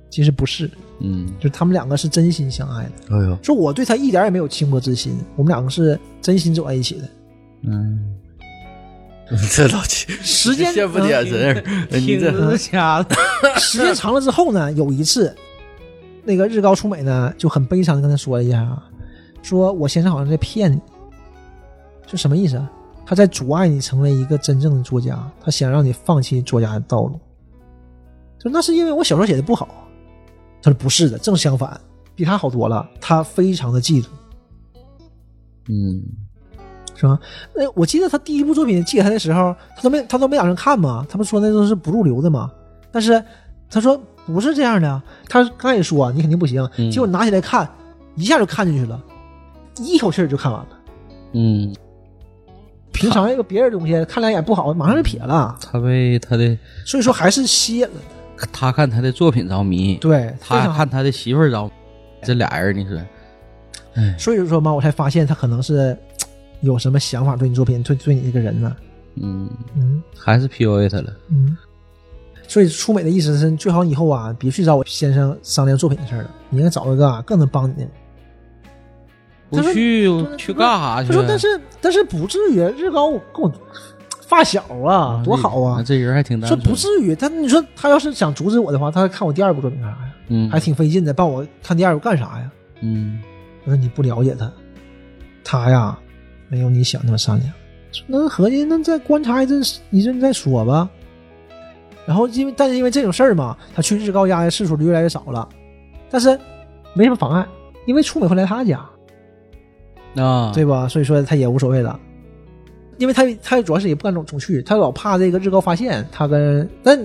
B: 其实不是，
C: 嗯
B: 就是他们两个是真心相爱的。
D: 哎呦，
B: 说我对他一点也没有轻薄之心，我们两个是真心走在一起的。
C: 嗯，
D: 这老七
B: 时间嗯
D: 羡慕的眼神，哎你这
C: 着 瞎子。
B: 时间长了之后呢，有一次，那个日高出美呢就很悲伤的跟他说了一下啊，说我先生好像在骗你，就什么意思啊？他在阻碍你成为一个真正的作家，他想让你放弃作家的道路。就那是因为我小说写的不好啊。他说不是的，正相反，比他好多了。他非常的嫉妒，
C: 嗯
B: 是吧？那我记得他第一部作品寄给他的时候，他都没他都没打算看嘛，他们说那都是不入流的嘛。但是他说不是这样的啊，他刚开始说、啊你肯定不行，
C: 嗯
B: 结果拿起来看，一下就看进去了，一口气儿就看完了。
C: 嗯，
B: 平常一个别人的东西看两眼不好，马上就撇了，
C: 他被他的
B: 所以说还是吸引了他。
C: 他看他的作品着迷，
B: 对，啊非
C: 他
B: 常
C: 看他的媳妇儿着迷，这俩人你说，哎，
B: 所以说嘛，我才发现他可能是有什么想法对你作品，对对你这个人呢、
C: 嗯，
B: 嗯
C: 还是 PUA 他了。
B: 嗯。所以初美的意思是，最好以后啊，别去找我先生商量作品的事儿了，你应该找一个、啊、更能帮你的人。
C: 不
B: 他说
C: 去
B: 对
C: 去干啥去啊
B: 他？说：“但是但是不至于，日高跟我发小啊，多好
C: 那
B: 啊。
C: 这人还挺单
B: 说
C: 纯。
B: 不至于，但你说他要是想阻止我的话，他还看我第二部作品干啥呀？
C: 嗯，
B: 还挺费劲的，帮我看第二部干啥呀？
C: 嗯
B: 我说你不了解他，他呀没有你想那么善良。那合计那再观察一阵一阵再说吧。然后因为但是因为这种事儿嘛，他去日高家的次数就越来越少了，但是没什么妨碍，因为出美会来他家，
C: 啊，
B: 对吧？所以说他也无所谓了。因为他他主要是也不敢总总去，他老怕这个日高发现他跟但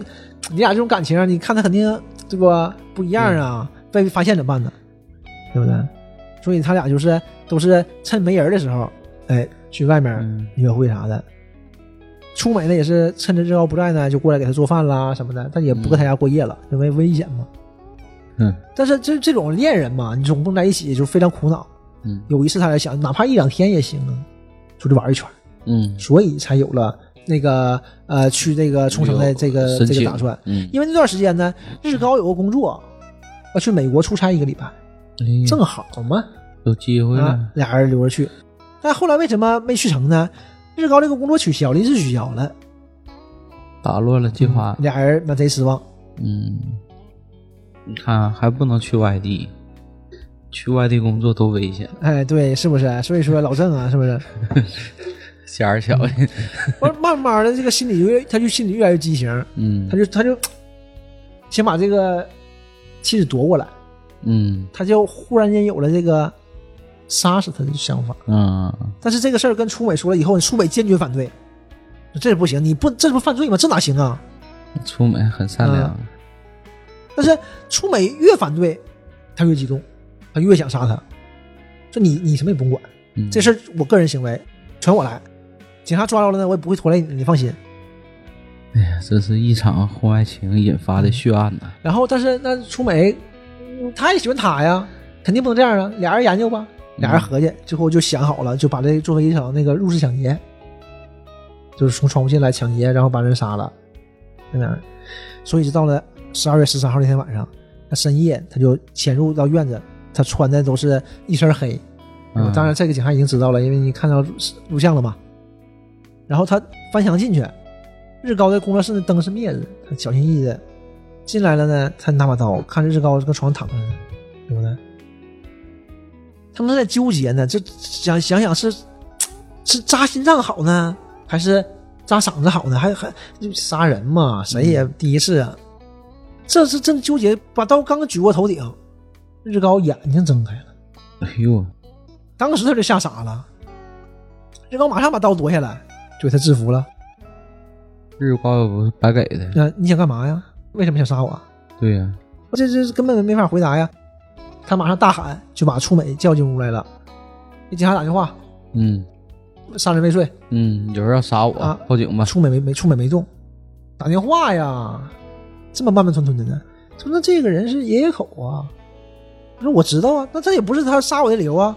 B: 你俩这种感情，啊你看他肯定对吧不一样啊，被发现怎么办呢？对不对？所以他俩就是都是趁没人的时候，哎，去外面
C: 嗯
B: 约会啥的。出美呢也是趁着日高不在呢，就过来给他做饭啦什么的，但也不跟他家过夜了，因为危险嘛。
C: 嗯
B: 但是这这种恋人嘛，你总不能在一起就非常苦恼。
C: 嗯
B: 有一次他来想，哪怕一两天也行啊，出去玩一圈，
C: 嗯，
B: 所以才有了那个呃去那个冲绳的这个
C: 申
B: 这个
C: 请
B: 打算。
C: 嗯，
B: 因为那段时间呢，日高有个工作，要去美国出差一个礼拜，
C: 嗯
B: 正好嘛，
C: 哎有机会
B: 啊
C: 了，，
B: 俩人留着去。但后来为什么没去成呢？日高这个工作取消，临时取消了，
C: 打乱了计划。
B: 俩人那贼失望。
C: 嗯，你看还不能去外地，去外地工作多危险。
B: 啊哎，对，是不是？所以说老郑啊，是不是？
C: 瞎眼儿小的，
B: 慢慢慢的，这个心理就越，他就心里越来越畸形，
C: 嗯
B: 他就他就先把这个妻子夺过来，
C: 嗯
B: 他就忽然间有了这个杀死他的想法。
C: 嗯
B: 但是这个事儿跟初美说了以后，初美坚决反对，这不行，你不这不犯罪吗？这哪行啊？
C: 出门很善良，
B: 但是初美越反对，他越激动，他越想杀他。说你你什么也甭管，
C: 嗯
B: 这事儿我个人行为，全我来。警察抓着了呢，我也不会拖累你，你放心。
C: 哎呀，这是一场婚外情引发的血案呐！
B: 然后，但是那初美，嗯她也喜欢他呀，肯定不能这样啊。俩人研究吧，俩人合计，最后就想好了，就把这作为一场那个入室抢劫，就是从窗户进来抢劫，然后把人杀了，那样。所以就到了十二月十三号那天晚上，他深夜他就潜入到院子，他穿的都是一身黑。
C: 嗯
B: 当然，这个警察已经知道了，因为你看到录录像了嘛。然后他翻墙进去，日高的工作室的灯是灭着的，他小心翼翼的进来了呢，他拿把刀，看着日高搁床上躺着呢，对不对？他们在纠结呢，就想想想是是扎心脏好呢，还是扎嗓子好呢？还还就杀人嘛，谁也第一次啊。这是正纠结，把刀刚举过头顶，日高眼睛睁开了，
C: 哎呦，
B: 当时他就吓傻了。日高马上把刀夺下来，就给他制服了。
C: 日光又不是白给的，
B: 那、你想干嘛呀？为什么想杀我啊？
C: 对呀，
B: 我这这根本没法回答呀。他马上大喊，就把初美叫进屋来了。给警察打电话，
C: 嗯
B: 杀人未遂，
C: 嗯，有人要杀我
B: 啊，
C: 报警吧，
B: 初美没没初美没动。打电话呀，这么慢慢吞吞的呢？说那这个人是爷爷口啊？他说我知道啊，那这也不是他杀我的理由啊。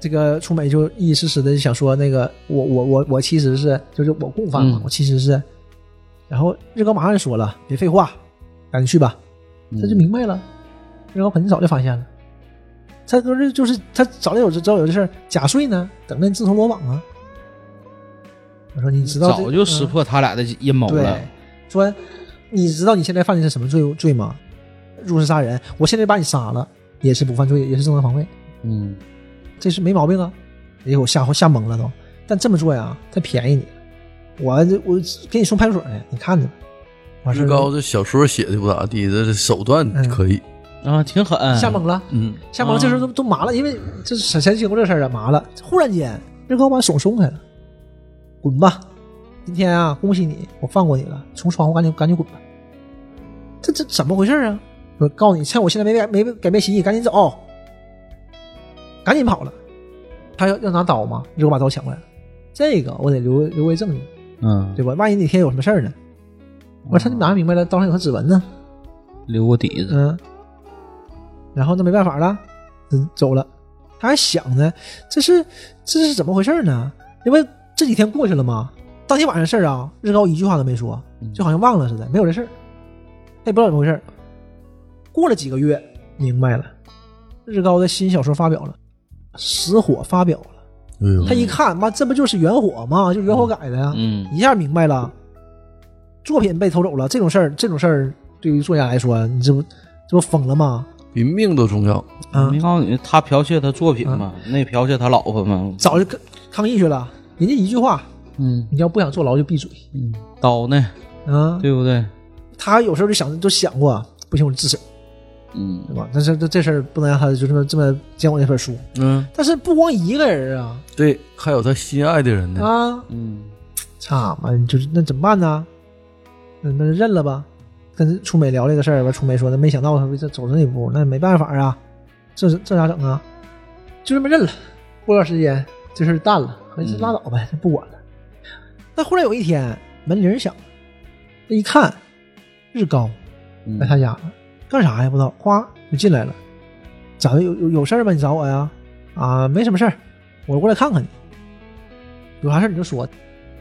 B: 这个初美就一时时的想说，那个我我我我其实是就是我共犯嘛，
C: 嗯
B: 我其实是。然后日高马上就说了，别废话，赶紧去吧。他就明
C: 嗯
B: 白了，日高肯定早就发现了。他搁这就是他早就有这早有这事儿，假睡呢，等着你自投罗网啊。我说你知道这
C: 早就识
B: 嗯
C: 破他俩的阴谋了
B: 对，，说你知道你现在犯的是什么罪罪吗？入室杀人，我现在把你杀了，也是不犯罪，也是正当防卫，
C: 嗯
B: 这是没毛病啊。哎呦，我吓吓懵了都。但这么做呀，他便宜你，我这我给你送派出所去，你看着吧。完事
D: 日
B: 儿
D: 高这小说写的不咋地，这手段
B: 嗯
D: 可以，
C: 啊，挺狠，
B: 吓懵了，
D: 嗯，
B: 吓懵了，这时候都都麻了，因为这是前经过这事儿啊，麻了。忽然间，日高把手松开了，滚吧！今天啊，恭喜你，我放过你了，从窗户赶紧赶紧滚吧！这这怎么回事啊？我告诉你，趁我现在没改没改变心意，赶紧走，赶紧跑了。他要要拿刀嘛，日高把刀抢过来了，这个我得留留为证据，
C: 嗯，
B: 对吧？万一哪天有什么事儿呢？我说他哪明白了，刀上有他指纹呢？
C: 留个底子，
B: 嗯，然后那没办法了，嗯，走了。他还想呢，这是这是怎么回事呢？因为这几天过去了嘛，当天晚上的事儿啊，日高一句话都没说，就好像忘了似的，没有这事儿，他也不知道怎么回事儿。过了几个月，明白了，日高的新小说发表了，《死火》发表了。
D: 哎呦
B: 他一看，妈，这不就是原火吗？就是原火改的呀。
C: 嗯
B: 一下明白了，作品被偷走了这种事儿，这种事儿对于作家来说，你这不这不疯了吗？
D: 比命都重要。
B: 啊
C: 没，告诉你，他剽窃他作品嘛，那剽窃他老婆嘛，
B: 早就跟抗议去了。人家一句话，
C: 嗯
B: 你要不想坐牢就闭嘴
C: 嗯，刀呢，
B: 啊！
C: 对不对？
B: 他有时候就想，就想过，不行我就自首，
C: 嗯
B: 对吧？但是这这事儿不能让他就这么这么监管这本书。
D: 嗯，
B: 但是不光一个人啊
D: 对，还有他心爱的人呢。
B: 啊，
C: 嗯
B: 操嘛，就是那怎么办呢？那那就认了吧。跟初美聊这个事儿，完初美说那没想到他会这走这一步，那没办法啊，这这咋整啊？就这么认了。过段时间这事儿淡了，那就拉倒呗，不管了。但忽然有一天门铃响，这一看日高
C: 嗯
B: 哎来他家了，干啥呀？不知道，哗就进来了。咋的？有有有事儿吗？你找我呀？啊，没什么事儿，我过来看看你。有啥事儿你就说，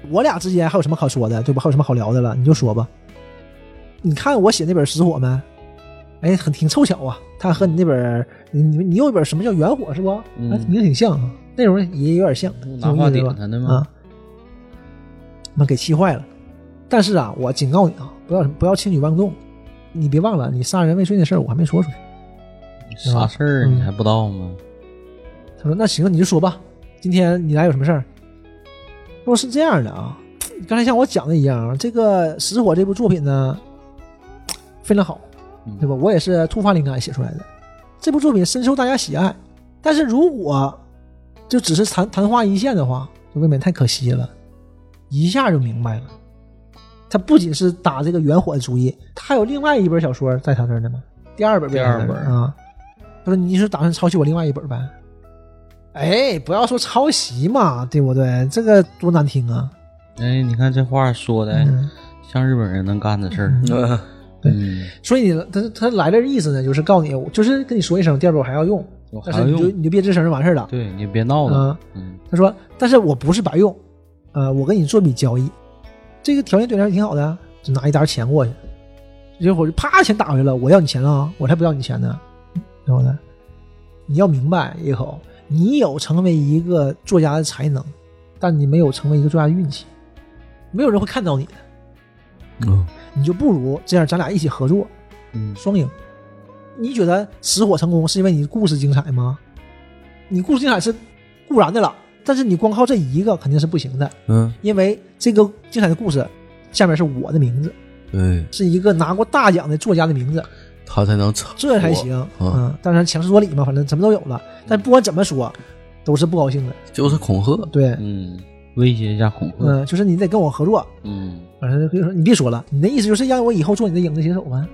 B: 我俩之间还有什么可说的，对吧？还有什么好聊的了？你就说吧。你看我写那本《死火》没？哎，很挺凑巧啊，他和你那本，你你你有一本什么叫《原火》是不？
C: 嗯
B: 还挺挺像啊，内容也有点像，挺
C: 拿
B: 有
C: 话
B: 意思
C: 顶
B: 吧
C: 他呢
B: 啊
C: 吗？，
B: 那给气坏了。但是啊，我警告你啊，不要不要轻举妄动，你别忘了，你杀人未遂那事儿我还没说出去。
C: 啥事儿啊
B: 嗯
C: 你还不知道吗？
B: 他说：“那行，你就说吧，今天你来有什么事儿？”说是这样的啊，刚才像我讲的一样，啊这个《死火》这部作品呢非常好，
C: 嗯
B: 对吧？我也是突发灵感写出来的。这部作品深受大家喜爱，但是如果就只是昙昙花一现的话，就未免太可惜了。一下就明白了，他不仅是打这个远火的主意，他还有另外一本小说在他这儿呢嘛，第二本
C: 第二本
B: 啊。他说：“你是打算抄袭我另外一本呗？”哎，不要说抄袭嘛，对不对？这个多难听啊！
C: 哎，你看这话说的，
B: 嗯
C: 像日本人能干的事儿。嗯，
B: 所以你他他来这意思呢，就是告诉你，我就是跟你说一声，第二本我还要用，
C: 我还
B: 但是
C: 要
B: 你就
C: 用，
B: 你就别吱声就完事儿了。
C: 对你别闹了。
B: 啊，
C: 嗯
B: 他说，但是我不是白用，呃，我跟你做笔交易，这个条件对你来说挺好的啊，就拿一沓钱过去，一会儿就啪钱打回来了，我要你钱了啊，我才不要你钱呢，然后呢，你要明白一口，你有成为一个作家的才能，但你没有成为一个作家的运气，没有人会看到你的，
C: 嗯
B: 你就不如这样，咱俩一起合作，
C: 嗯
B: 双赢。你觉得死火成功是因为你故事精彩吗？你故事精彩是固然的了，但是你光靠这一个肯定是不行的，
D: 嗯，
B: 因为这个精彩的故事下面是我的名字，
D: 对，
B: 是一个拿过大奖的作家的名字，
D: 他才能成，
B: 这才行。
D: 我啊
B: 嗯，当然强词夺理嘛，反正什么都有了。但不管怎么说，都是不高兴的。
D: 就是恐吓，
B: 对，
C: 嗯，威胁一下恐吓。
B: 嗯，就是你得跟我合作，
C: 嗯
B: 反正就说你别说了，你的意思就是让我以后做你的影子写手吗？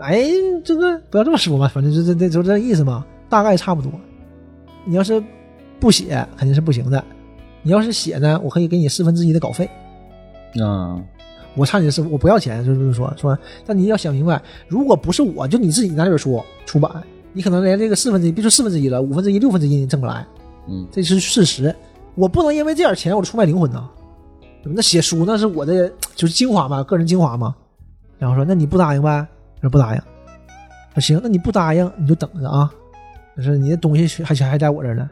B: 哎，这个不要这么说嘛，反正就这这就这意思嘛，大概差不多。你要是不写肯定是不行的，你要是写呢，我可以给你四分之一的稿费，
C: 啊，
B: 我差你是我不要钱，就是这么说说。但你要想明白，如果不是我就你自己拿这本书出版，你可能连这个四分之一，别说四分之一了，五分之一、六分之一你挣不来，
C: 嗯
B: 这是事实。我不能因为这点钱我就出卖灵魂呐。对吧那写书那是我的就是精华嘛，个人精华嘛。然后说那你不答应呗？他说不答应。说行，那你不答应你就等着啊。就是你的东西还还还在我这儿呢。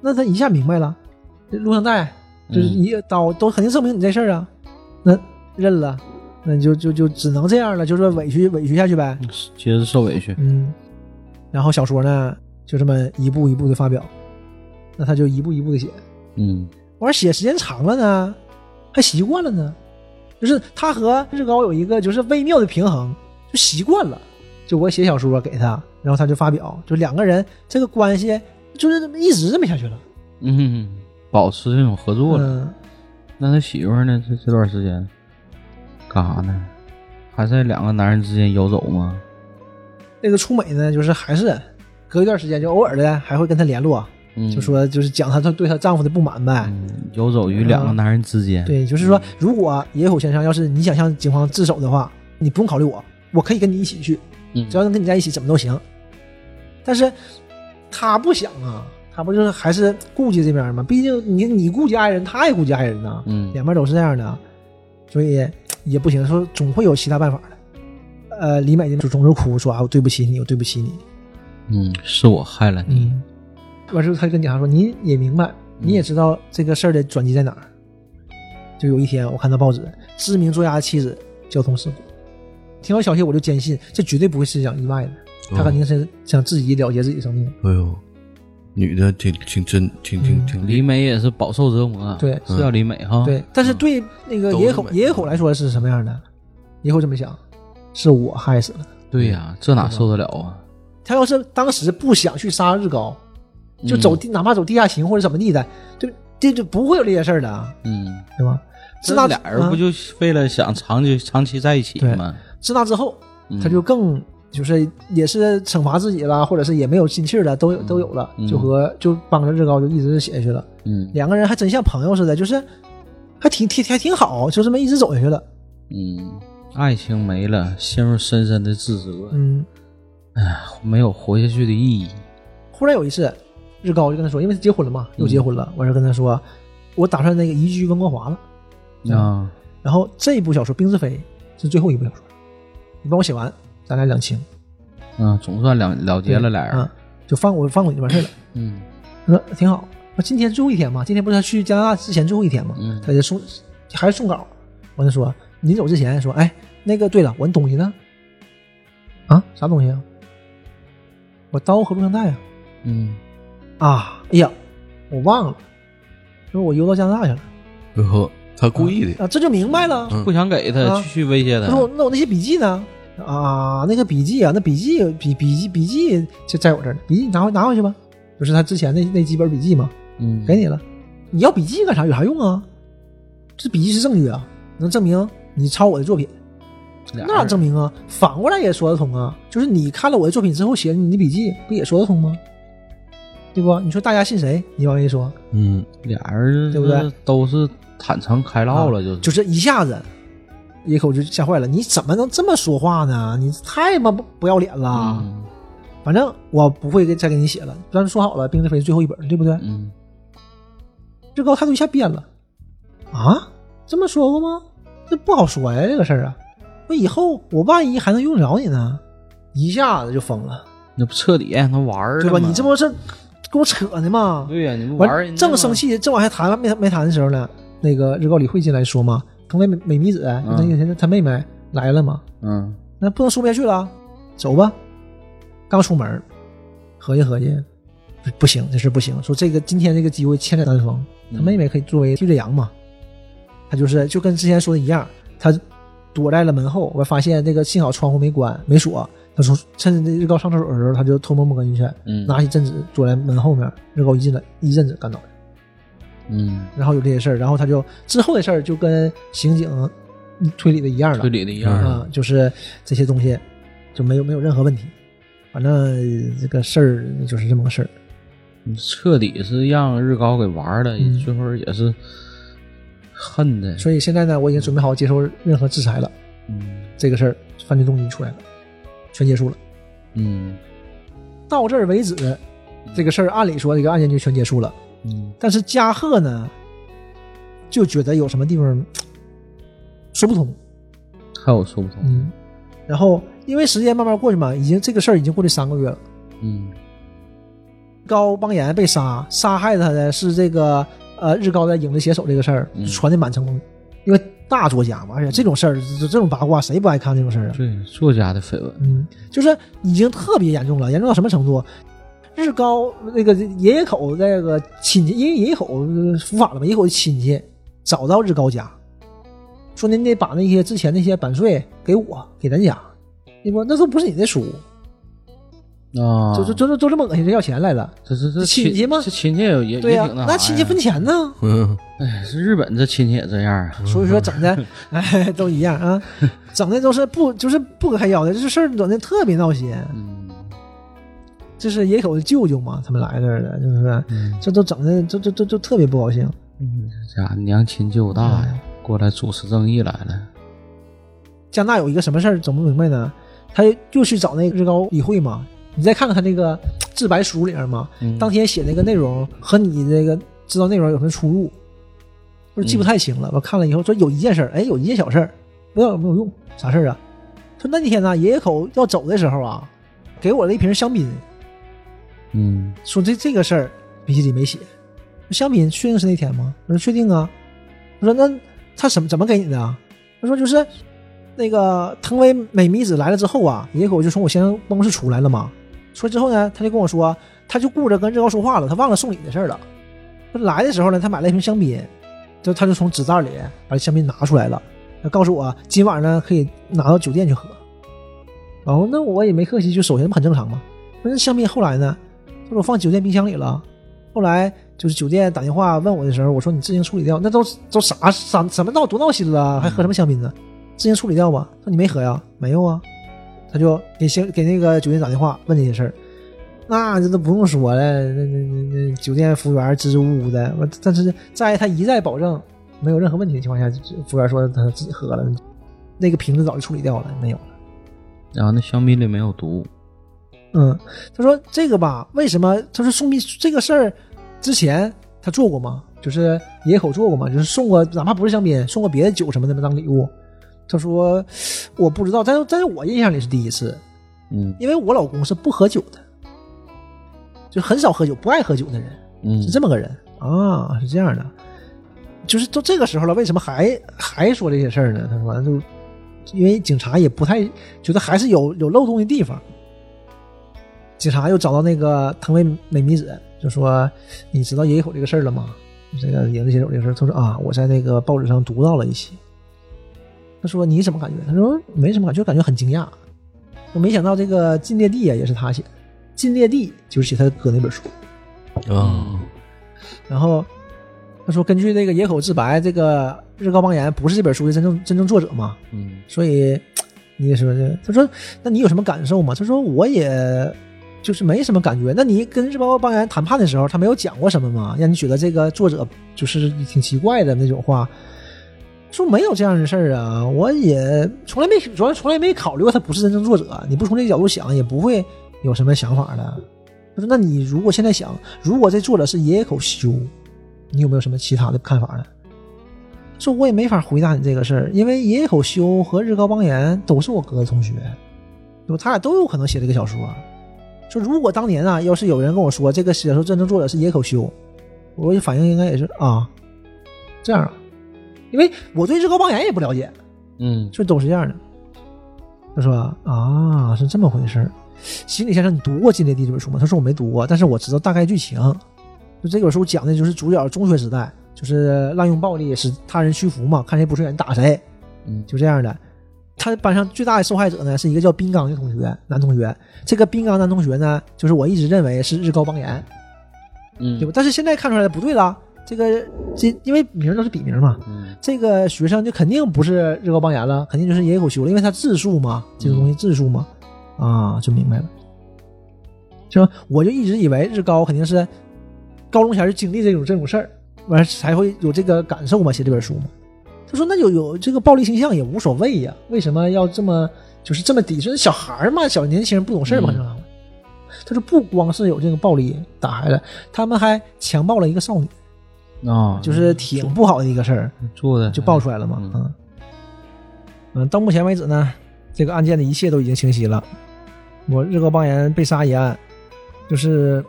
B: 那他一下明白了，这录像带就是
C: 嗯
B: 一刀都肯定证明你这事儿啊。那认了，那你就就就只能这样了，就是委屈委屈下去呗。
C: 接着受委屈。
B: 嗯，然后小说呢就这么一步一步的发表，那他就一步一步的写，
C: 嗯
B: 完写时间长了呢，还习惯了呢，就是他和日高有一个就是微妙的平衡，就习惯了。就我写小说给他，然后他就发表，就两个人这个关系就是这么一直这么下去了。
C: 嗯，保持这种合作了。
B: 嗯，
C: 那他媳妇儿呢？这这段时间干啥呢？还在两个男人之间游走吗？
B: 那个初美呢，就是还是隔一段时间就偶尔的还会跟他联络，
C: 嗯，
B: 就说就是讲她她对她丈夫的不满呗。
C: 嗯游走于两个男人之间。
B: 对，就是说，如果野口先生要是你想向警方自首的话，你不用考虑我，我可以跟你一起去，
C: 嗯，
B: 只要能跟你在一起，怎么都行。但是他不想啊，他不就是还是顾忌这边吗？毕竟你你顾忌爱人，他也顾忌爱人呐，
C: 嗯
B: 两边都是这样的，所以也不行，说总会有其他办法的。呃，李美就总是哭说啊，我对不起你，我对不起你。
C: 嗯，是我害了你。
B: 嗯，完事后他就跟警察说，你也明白，
C: 嗯
B: 你也知道这个事儿的转机在哪儿。就有一天，我看到报纸，知名作家的妻子交通事故。听到消息，我就坚信这绝对不会是一场意外的，
C: 哦
B: 他肯定是想自己了结自己生命。
D: 哎呦，女的挺挺真，挺挺
B: 嗯
D: 挺
C: 李
D: 厉
C: 美也是饱受折磨，啊
B: 对
C: 是叫李美哈。
B: 对，但是对那个
D: 都是
B: 野口
D: 美
B: 野口来说是什么样的？野口这么想，是我害死了他。
C: 对呀、
B: 嗯
C: 这哪受得了啊？
B: 他要是当时不想去杀日高，
C: 嗯
B: 就走地，哪怕走地下行或者怎么地的，就这就不会有这些事儿的啊，
C: 嗯，
B: 对吧？知
C: 这
B: 道
C: 俩人不
B: 啊
C: 就为了想长期长期在一起吗？
B: 自那之后，
C: 嗯
B: 他就更就是也是惩罚自己了，或者是也没有心气儿了，都有都有了，
C: 嗯
B: 就和就帮着日高就一直写下去了。
C: 嗯
B: 两个人还真像朋友似的，就是还挺挺还挺好，就这么一直走下去了。
C: 嗯，爱情没了，陷入深深的自责，
B: 嗯，
C: 没有活下去的意义。
B: 忽然有一次，日高就跟他说，因为他结婚了嘛，又结婚
C: 嗯
B: 了，我就跟他说，我打算那个移居温哥华了。
C: 啊，
B: 然后这一部小说《冰之飞》是最后一部小说，你帮我写完，咱俩两清。
C: 嗯，总算了了结了俩人
B: 嗯。，就放我放过你就完事儿了。
C: 嗯
B: 他说挺好，说今天最后一天嘛，今天不是他去加拿大之前最后一天嘛，
C: 嗯
B: 他就送还是送稿，完了说临走之前说，哎，那个对了，我那东西呢？啊，啥东西啊？我刀和录像带啊！
C: 嗯
B: 啊，哎呀，我忘了，说我邮到加拿大去了，
D: 然后他故意的，
B: 啊，这就明白了。
D: 嗯
C: 不想给他，
B: 啊
C: 去去威胁他
B: 他。说我那我那些笔记呢？啊，那个笔记啊，那笔记笔笔记笔记就在我这儿呢，笔记你拿回拿回去吧，就是他之前那那几本笔记嘛，
C: 嗯，
B: 给你了。你要笔记干啥？有啥用啊？这笔记是证据啊，能证明你抄我的作品，
C: 俩人
B: 那证明啊？反过来也说得通啊，就是你看了我的作品之后写你的笔记，不也说得通吗？对不？你说大家信谁？你往一说，
D: 嗯，
C: 俩人
B: 对不对？啊
C: 都是坦诚开唠了，就是
B: 就是一下子，野口就吓坏了。你怎么能这么说话呢？你太妈不不要脸了！
C: 嗯
B: 反正我不会给再给你写了，咱说好了，《冰之飞》是最后一本，对不对？
C: 嗯，
B: 这高态度一下变了，啊，这么说过吗？这不好说呀，这个事儿啊，那以后我万一还能用得着你呢，一下子就疯了，
C: 那不彻底让他玩儿
B: 对
C: 了
B: 吧？
C: 吗
B: 你这不是跟我扯呢吗？
C: 对呀，你不玩儿
B: 完
C: 人家吗
B: 正生，气，正往下谈没没谈的时候呢，那个日高里惠进来说嘛，藤为美美弥子，就那个他妹妹来了嘛，
C: 嗯，
B: 那不能说不下去了，啊走吧。刚出门，合计合计，不不行，这事不行。说这个今天这个机会千载难逢，
C: 嗯
B: 他妹妹可以作为替罪羊嘛。他就是就跟之前说的一样，他躲在了门后。我发现这个幸好窗户没关没锁，他从趁着日高上厕所的时候，他就偷摸摸进去，
C: 嗯
B: 拿起镇纸躲在门后面。日高一进来，一阵子干倒了。
C: 嗯，
B: 然后有这些事儿，然后他就之后的事儿就跟刑警推理的一样了
C: 推。理的一样儿，
B: 啊，就是这些东西就没有没有任何问题。反正呃这个事儿就是这么个事儿，
C: 你彻底是让日高给玩儿了，
B: 嗯
C: 最后也是恨的，
B: 所以现在呢，我已经准备好接受任何制裁了。
C: 嗯
B: 这个事儿犯罪动机出来了，全结束了。
C: 嗯
B: 到这儿为止，这个事儿按理说这个案件就全结束了。
C: 嗯
B: 但是加贺呢，就觉得有什么地方说不通，
C: 还有说不通，
B: 嗯。然后因为时间慢慢过去嘛，已经这个事儿已经过去三个月了。
C: 嗯
B: 高邦彦被杀，杀害他的是这个呃日高的影子写手这个事儿
C: 嗯
B: 传的满城风雨，因为大作家嘛，而且这种事儿这这种八卦谁不爱看这种事儿啊？
C: 对，作家的绯闻，
B: 嗯，就是已经特别严重了，严重到什么程度？日高那个爷爷口那个亲戚，因为爷爷口呃伏法了嘛，爷爷口的亲戚找到日高家，说您得把那些之前那些版税给我，给咱家，
C: 哎
B: 对不？那都不是你的书，
C: 啊，
B: 就就就就这么恶心，这要钱来了。
C: 这这这
B: 这亲戚吗
C: 这亲戚也也
B: 对
C: 也
B: 呀、
C: 挺那啥
B: 那亲戚
C: 呀
B: 分钱呢？
D: 嗯，
C: 哎，是日本这亲戚也这样啊，
B: 所以说整的，哎，都一样啊，整的都是不就是不可开交的，这事儿整的特别闹心。
C: 嗯
B: 这是野口的舅舅嘛，他们来这儿的，就是这都整的，这这这这特别不高兴。
C: 嗯，这家伙娘亲舅大呀，
B: 嗯
C: 过来主持正义来了，
B: 加纳有一个什么事儿整不明白呢？他又去找那个日高理惠嘛，你再看看他那个自白书里面嘛，
C: 嗯
B: 当天写那个内容和你那个知道内容有什么出入，我记不太清了。我看了以后说有一件事儿，哎，有一件小事儿，不知道有没有用，啥事儿啊？说那天呢，爷爷口要走的时候啊，给我了一瓶香槟，
C: 嗯
B: 说这这个事儿笔记里没写。香槟确定是那天吗？我说确定啊。我说那他怎么怎么给你的啊？他说就是那个藤为美弥子来了之后啊，野口就从我先生办公室出来了嘛。出来之后呢，他就跟我说，他就顾着跟日高说话了，他忘了送礼的事儿了。他来的时候呢，他买了一瓶香槟，就他就从纸袋里把香槟拿出来了，他告诉我啊今晚呢可以拿到酒店去喝。然后那我也没客气，就首先很正常嘛。那香槟后来呢，他说我放酒店冰箱里了。后来就是酒店打电话问我的时候，我说你自行处理掉，那都都啥啥什么闹多闹心了，还喝什么香槟呢？自行处理掉吧。说你没喝呀？没有啊。他就给先给那个酒店打电话问这些事儿，那这都不用说了，那那那那酒店服务员支支吾吾的，我但是在他一再保证没有任何问题的情况下，服务员说他自己喝了，那个瓶子早就处理掉了，没有了。
C: 然后那香槟里没有毒，
B: 嗯，他说这个吧，为什么？他说送殡这个事儿之前他做过吗？就是野口做过吗？就是送过，哪怕不是香槟，送过别的酒什么的当礼物。他说我不知道，但是但是我印象里是第一次，
C: 嗯
B: 因为我老公是不喝酒的，就很少喝酒，不爱喝酒的人。
C: 嗯
B: 是这么个人啊，是这样的，就是都这个时候了，为什么还还说这些事儿呢？他说就因为警察也不太觉得还是有有漏洞的地方。警察又找到那个藤为美弥子，就说：“你知道野口这个事儿了吗？这个影子写手这个事儿，他说啊，我在那个报纸上读到了一些。他说你什么感觉？他说没什么感觉，就感觉很惊讶。我没想到这个《禁猎地》啊，也是他写的，《禁猎地》就是写他哥那本书。
D: 啊，
B: 然后他说，根据这个野口自白，这个日高邦彦不是这本书的真正真正作者嘛，
C: 嗯
B: 所以你也说这，他说，那你有什么感受吗？他说我也就是没什么感觉。那你跟日高邦彦谈判的时候，他没有讲过什么吗？让你觉得这个作者就是挺奇怪的那种话？说没有这样的事儿啊，我也从来没主要从来没考虑过他不是真正作者，啊你不从这个角度想，也不会有什么想法的。他说，那你如果现在想，如果这作者是野口修，你有没有什么其他的看法呢？说我也没法回答你这个事儿，因为野口修和日高邦彦都是我哥的同学，就他俩都有可能写这个小说。说如果当年啊，要是有人跟我说这个小说真正作者是野口修，我反应应该也是啊，这样啊，因为我对日高邦彦也不了解，
C: 嗯，
B: 就都是这样的。他说啊，是这么回事儿。心理先生，你读过《金雷地》这本书吗？他说我没读过，但是我知道大概剧情。就这本书讲的就是主角中学时代，就是滥用暴力使他人屈服嘛，看谁不顺眼打谁，
C: 嗯
B: 就这样的。他班上最大的受害者呢是一个叫滨冈的同学，男同学。这个滨冈男同学呢，就是我一直认为是日高邦彦，
C: 嗯
B: 对吧？但是现在看出来不对了，这个这因为名儿都是笔名嘛，
C: 嗯
B: 这个学生就肯定不是日高邦彦了，肯定就是野口修了，因为他字数嘛，这种东西字数嘛，啊，就明白了。就我就一直以为日高肯定是高中前就经历这种这种事儿，完才会有这个感受嘛，写这本书嘛。他说那有有这个暴力倾向也无所谓呀，为什么要这么就是这么抵制？小孩儿嘛，小年轻人不懂事儿嘛，
C: 嗯
B: 正常。他说不光是有这个暴力打孩子，他们还强暴了一个少女，
C: 啊，
B: 就是挺不好的一个事儿。
C: 做的
B: 就爆出来了嘛。
C: 嗯
B: 嗯嗯，到目前为止呢，这个案件的一切都已经清晰了。我日高邦彦被杀一案，就是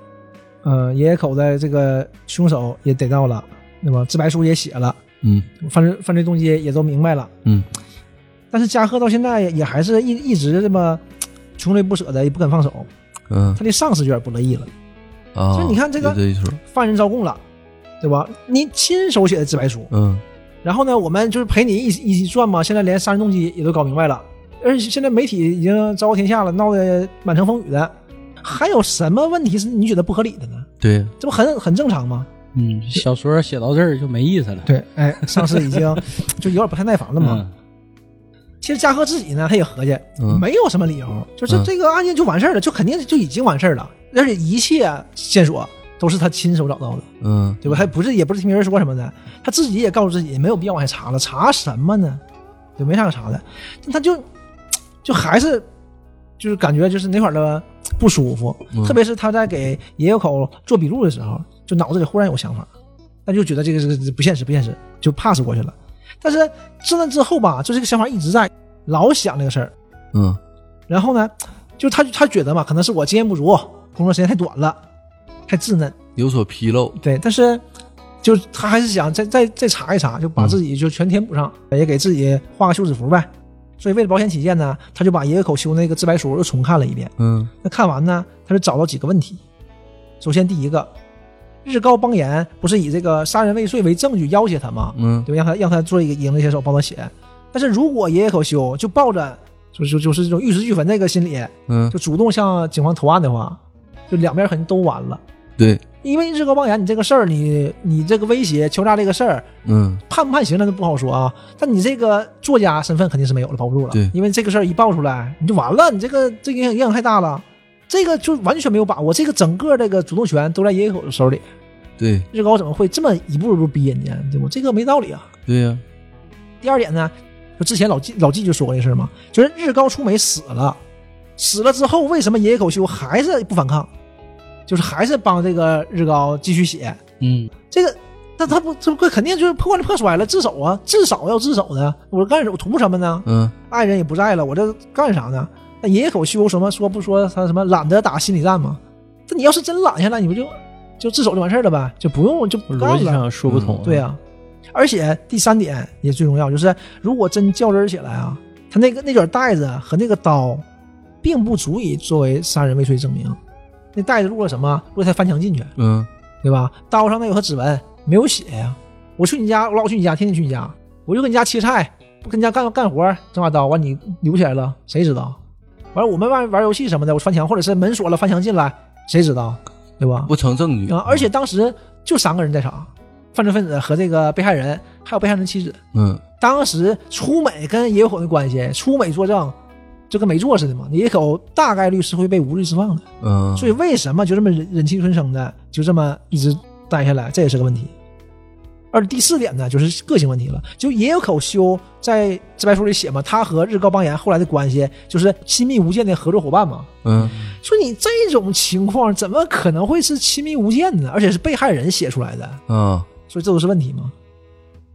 B: 呃野口的这个凶手也逮到了，那么自白书也写了，
D: 嗯
B: 犯罪犯罪动机也都明白了。
D: 嗯，
B: 但是加贺到现在也还是一一直这么穷追不舍的，也不肯放手。
D: 嗯
B: 他的上司有点不乐意了，
D: 啊，
B: 所以你看这个
D: 有这一说，
B: 犯人招供了，对吧？你亲手写的自白书，
D: 嗯
B: 然后呢，我们就是陪你一起一起转嘛。现在连杀人动机也都搞明白了，而且现在媒体已经昭告天下了，闹得满城风雨的，还有什么问题是你觉得不合理的呢？
D: 对，
B: 这不很很正常吗？
E: 嗯，小说写到这儿就没意思了。
B: 对，哎，上司已经 就有点不太耐烦了嘛。
E: 嗯
B: 其实嘉禾自己呢，他也合计，
D: 嗯
B: 没有什么理由，就是
D: 嗯
B: 这个案件就完事儿了，就肯定就已经完事儿了，而且一切线索都是他亲手找到的。
D: 嗯
B: 对吧？还不是也不是听别人说什么的，他自己也告诉自己没有必要往下查了，查什么呢？就没啥可查的，但他就就还是就是感觉就是那块儿的不舒服，
D: 嗯
B: 特别是他在给野口做笔录的时候，就脑子里忽然有想法，但就觉得这个是这个不现实，不现实，就 pass 过去了。但是自那之后吧，就这个想法一直在，老想这个事儿，
D: 嗯
B: 然后呢，就他他觉得嘛，可能是我经验不足，工作时间太短了，太稚嫩。
D: 有所纰漏，
B: 对，但是就是他还是想再再再查一查，就把自己就全填补上，
D: 嗯
B: 也给自己画个休止符呗。所以为了保险起见呢，他就把野口修那个自白书又重看了一遍。
D: 嗯
B: 那看完呢，他就找到几个问题。首先第一个，日高邦彦不是以这个杀人未遂为证据要挟他吗？
D: 嗯
B: 对吧？让他让他做一个赢的写手帮他写。但是如果野口修就抱着就就就是这种玉石俱焚这个心理，
D: 嗯，
B: 就主动向警方投案的话，就两边肯定都完了。
D: 对，
B: 因为日高邦彦，你这个事儿，你你这个威胁敲诈这个事儿，
D: 嗯
B: 判不判刑那都不好说啊。但你这个作家身份肯定是没有了，保不住了。
D: 对
B: 因为这个事儿一爆出来，你就完了，你这个这个影响影响太大了，这个就完全没有把握，这个整个这个主动权都在野口手里。
D: 对
B: 日高怎么会这么一步一步逼人家，对不？这个没道理啊。
D: 对呀，
B: 第二点呢，就之前老纪老纪就说过这事儿嘛，就是日高出美死了，死了之后为什么野口修还是不反抗，就是还是帮这个日高继续写，
E: 嗯，
B: 这个，那他不这不肯定就是破罐子破摔了，自首啊，至少要自首的。我干我图什么呢？
D: 嗯
B: 爱人也不在了，我这干啥呢？那野口修什么说不说他什么懒得打心理战吗？这你要是真懒下来，你不就就自首就完事儿了呗，就不用就不
A: 逻
B: 干
A: 辑
B: 了。嗯
A: 上说不通、
B: 对呀、而且第三点也最重要，就是如果真较真儿起来啊，他那个那卷带子和那个刀，并不足以作为杀人未遂证明。那带子录了什么？录了他翻墙进去，
D: 嗯
B: 对吧？刀上那有他指纹，没有写呀、我去你家，我老去你家，天天去你家，我就跟你家切菜，不跟你家干干活，整把刀，完你留起来了，谁知道？完了我们玩玩游戏什么的，我翻墙或者是门锁了翻墙进来，谁知道？对吧？
D: 不成证据
B: 啊，而且当时就三个人在场，犯罪分子和这个被害人，还有被害人的妻子。
D: 嗯，
B: 当时出美跟野口的关系，出美作证，就跟没做似的嘛。野口大概率是会被无罪释放的，
D: 嗯，
B: 所以为什么就这么忍忍气吞声的，就这么一直待下来，这也是个问题。而第四点呢，就是个性问题了。就野口修在自白书里写嘛，他和日高邦彦后来的关系就是亲密无间的合作伙伴嘛。
D: 嗯
B: 说你这种情况怎么可能会是亲密无间呢？而且是被害人写出来的，
D: 啊，
B: 所以这都是问题嘛。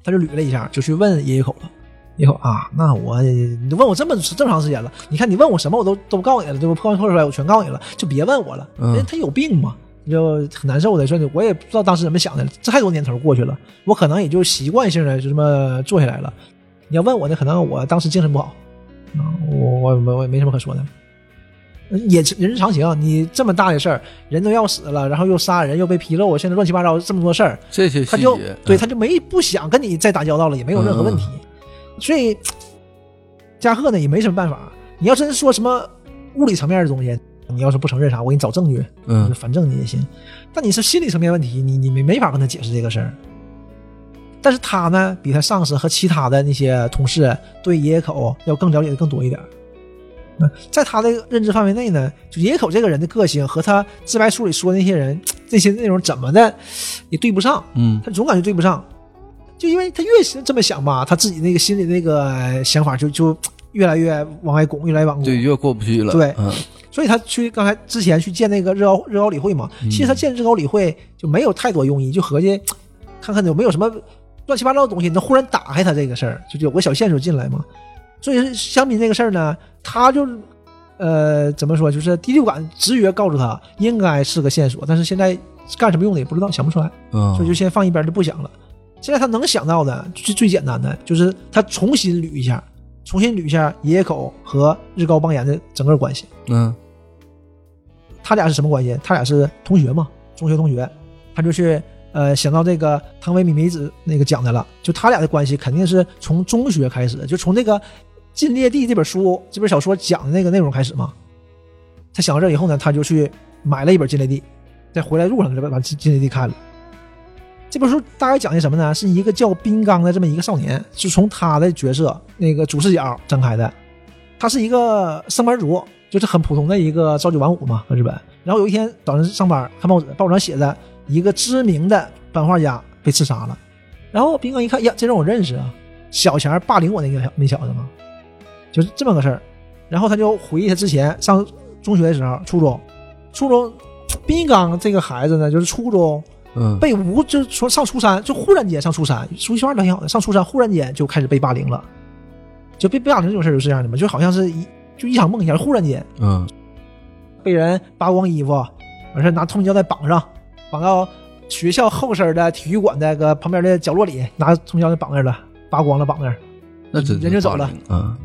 B: 他就捋了一下，就去问野口了。野口啊，那我你都问我这么这么长时间了，你看你问我什么我都都告诉你了，对吧？破案破出来我全告诉你了，就别问我了。
D: 嗯
B: 人家他有病嘛，就很难受的。说你我也不知道当时怎么想的，这太多年头过去了，我可能也就习惯性的就这么做下来了。你要问我呢，可能我当时精神不好，啊、我我我我也没什么可说的。也是人之常情，啊你这么大的事儿，人都要死了，然后又杀人，又被披露，现在乱七八糟这么多事儿，
D: 这些
B: 他
D: 细
B: 就
D: 节，
B: 对
D: 嗯
B: 他就没不想跟你再打交道了，也没有任何问题。
D: 嗯
B: 所以加贺呢也没什么办法。你要真说什么物理层面的东西，你要是不承认啥，我给你找证据，
D: 嗯
B: 反正你也行。但你是心理层面问题，你你没没法跟他解释这个事儿。但是他呢，比他上司和其他的那些同事对野口要更了解的更多一点儿。嗯在他的认知范围内呢，就野口这个人的个性和他自白书里说的那些人这些内容怎么的也对不上，
D: 嗯
B: 他总感觉对不上，就因为他越是这么想吧，他自己那个心里那个想法就就越来越往外拱，越来越往
D: 对，
B: 拱。
D: 越过不去了，
B: 对
D: 嗯
B: 所以他去刚才之前去见那个日高日高理会嘛，其实他见日高理会就没有太多用意，就合计看看有没有什么乱七八糟的东西能忽然打开他这个事儿，就有个小线索进来嘛。所以相比这个事儿呢，他就呃怎么说，就是第六感直觉告诉他应该是个线索，但是现在干什么用的也不知道，想不出来。
D: 嗯，
B: 所以就先放一边就不想了。现在他能想到的最最简单的就是他重新捋一下，重新捋一下野口和日高邦彦的整个关系。
D: 嗯
B: 他俩是什么关系？他俩是同学嘛，中学同学。他就去呃想到这个藤尾美美子那个讲的了，就他俩的关系肯定是从中学开始，就从那个《禁猎地》这本书这本小说讲的那个内容开始嘛。他想到这以后呢，他就去买了一本《禁猎地》，在回来路上就把《禁禁猎地》看了。这本书大概讲的什么呢？是一个叫滨冈的这么一个少年，是从他的角色那个主视角展开的。他是一个上班族，就是很普通的一个朝九晚五嘛，和日本。然后有一天早上上班看报纸，报纸上写的一个知名的版画家被刺杀了。然后冰哥一看，呀，这人我认识啊，小前儿霸凌我那个小那小子嘛，就是这么个事儿。然后他就回忆他之前上中学的时候，初中，初中，冰刚这个孩子呢，就是初中
D: 嗯，
B: 被无就是说上初三，就忽然间上初三，数学方面挺好的，上初三忽然间就开始被霸凌了，就被被霸凌这种事儿就是这样的嘛，就好像是一就一场梦一样，忽然间
D: 嗯
B: 被人扒光衣服，完事儿拿透明胶带绑上，绑到学校后身的体育馆那个旁边的角落里，拿透明胶带绑那儿了，扒光了绑那儿。
D: 那真
B: 人就走了
D: 啊，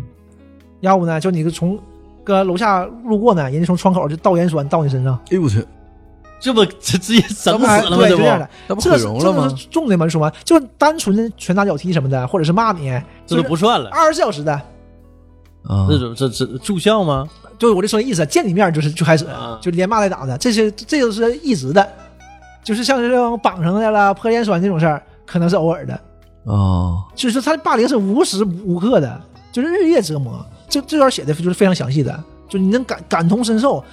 B: 要不呢，就你从搁楼下路过呢，人家从窗口就倒盐酸倒你身上，
D: 哎呦我去，
E: 这不这直接整死
B: 哎
E: 了吗？
B: 对，
E: 这
B: 就
E: 不
B: 这样的。
D: 那不
B: 这
D: 毁
B: 是
D: 容
B: 这
D: 了吗？
B: 是重的嘛，说嘛，就是单纯的拳打脚踢什么的，或者是骂你，
E: 这
B: 就
E: 都不算了，
B: 二十四小时的，
D: 啊，
E: 这种这这住校吗？
B: 就是我这说的意思，见你面就是就开始
E: 啊
B: 就连骂带打的，这些这就是一直的，就是像这种绑上的啦、泼盐酸这种事儿，可能是偶尔的，
D: 啊，
B: 就是说他的霸凌是无时无刻的，就是日夜折磨。这这段写的就是非常详细的，就你能感感同身受，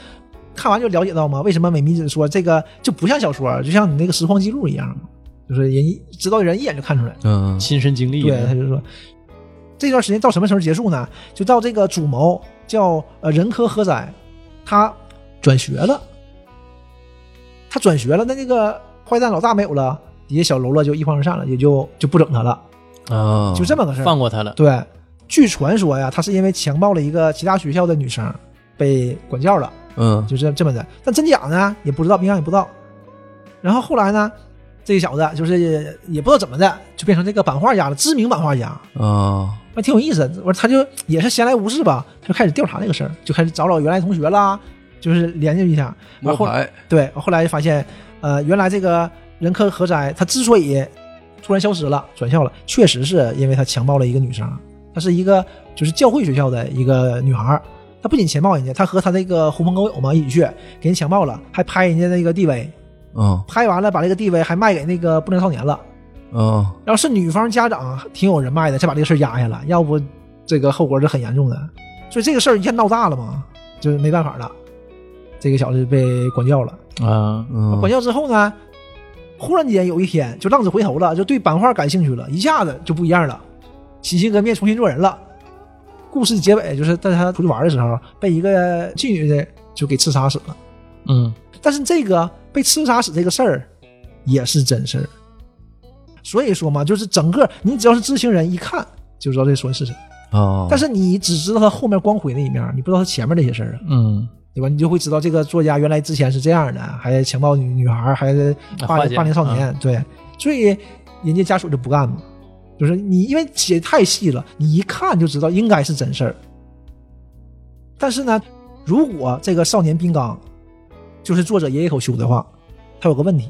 B: 看完就了解到嘛，为什么美弥子说这个就不像小说，就像你那个实况记录一样嘛，就是人一知道人一眼就看出来。
D: 嗯
E: 亲身经历
B: 对，他就说这段时间到什么时候结束呢？就到这个主谋叫呃仁科和哉，他转学了，他转学了，那那个坏蛋老大没有了，底下小喽啰就一哄而散了，也就就不整他了，
D: 啊，
B: 就这么个事儿。
E: 放过他了。
B: 对，据传说呀，他是因为强暴了一个其他学校的女生被管教了。
D: 嗯
B: 就这这么的。但真假呢也不知道，冰箱也不知道。然后后来呢，这个小子就是也也不知道怎么的，就变成这个版画家了，知名版画家，
D: 啊，
B: 还挺有意思。我说他就也是闲来无事吧，他就开始调查这个事儿，就开始找找原来同学啦，就是联系一下。
D: 摸
B: 然后
D: 牌，
B: 对，后来就发现，呃，原来这个人科核灾，他之所以突然消失了，转校了，确实是因为他强暴了一个女生。她是一个就是教会学校的一个女孩儿，她不仅强暴人家，她和她那个狐朋狗友嘛一起去给人强暴了，还拍人家那个 DV，
D: 嗯
B: 拍完了把这个 DV 还卖给那个不良少年了。
D: 嗯，
B: 然后是女方家长挺有人脉的，才把这个事儿压下来，要不这个后果是很严重的。所以这个事儿一下闹大了嘛，就是没办法了，这个小子被管教了。
A: 啊，
D: 嗯
B: 管教之后呢，忽然间有一天就浪子回头了，就对版画感兴趣了，一下子就不一样了，洗心革面，重新做人了。故事结尾就是在他出去玩的时候，被一个妓女的就给刺杀死了。
A: 嗯
B: 但是这个被刺杀死这个事儿也是真事儿，所以说嘛，就是整个你只要是知情人一看就知道这说的是谁，
D: 哦，
B: 但
D: 是
B: 是你只知道他后面光辉那一面，你不知道他前面那些事儿啊。
A: 嗯，
B: 对吧？你就会知道这个作家原来之前是这样的，还强暴女女孩，还霸
A: 啊化解
B: 霸凌少年，对，所以人家家属就不干嘛，就是你因为写太细了，你一看就知道应该是真事儿。但是呢，如果这个少年冰刚就是作者爷爷口修的话，他有个问题，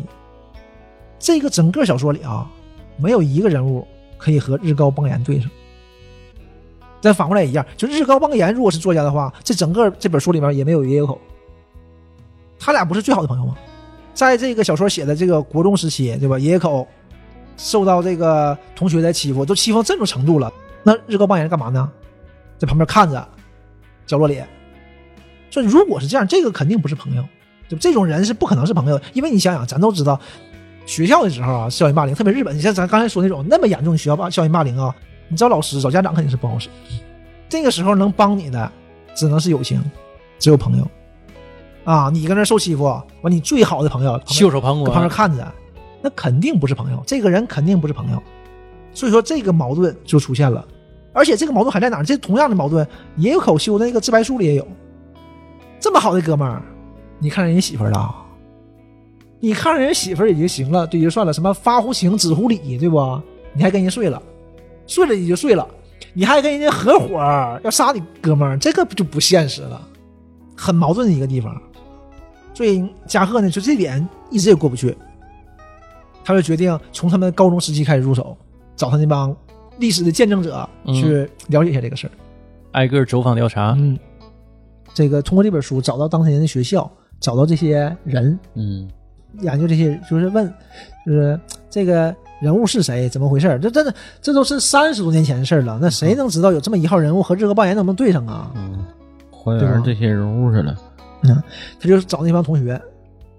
B: 这个整个小说里啊，没有一个人物可以和日高邦彦对上。但反过来也一样，就日高邦彦如果是作家的话，这整个这本书里面也没有野口，他俩不是最好的朋友吗？在这个小说写的这个国中时期，对吧？野口受到这个同学的欺负，都欺负到这种程度了，那日高邦彦干嘛呢？在旁边看着，角落里。所以如果是这样，这个肯定不是朋友，对吧？这种人是不可能是朋友的，因为你想想，咱都知道，学校的时候啊，校园霸凌，特别日本，你像咱刚才说那种那么严重的学校霸校园霸凌啊，你找老师找家长肯定是不好使。这个时候能帮你的，只能是友情，只有朋友。啊，你跟那受欺负，完你最好的朋友旁边
E: 袖手旁
B: 搁旁边
E: 观，
B: 看着，那肯定不是朋友，这个人肯定不是朋友，所以说这个矛盾就出现了，而且这个矛盾还在哪儿？这同样的矛盾也有口修的那个自白书里也有，这么好的哥们儿，你看人家媳妇儿了啊，你看人家媳妇儿也就行了，对就算了，什么发乎情止乎礼，对不？你还跟人家睡了，睡了也就睡了，你还跟人家合伙儿要杀你哥们儿，这个就不现实了，很矛盾的一个地方。所以加贺呢，就这点一直也过不去。他就决定从他们高中时期开始入手，找他那帮历史的见证者
A: 嗯
B: 去了解一下这个事儿。
A: 挨个走访调查，
B: 嗯，这个通过这本书找到当事人的学校，找到这些人，
C: 嗯
B: 研究这些，就是问，就是这个人物是谁，怎么回事儿？这这这都是三十多年前的事儿了，那谁能知道有这么一号人物和日和邦彦能不能对上啊？
C: 嗯，还
B: 对吧
C: 原这些人物去了。
B: 他就找那帮同学，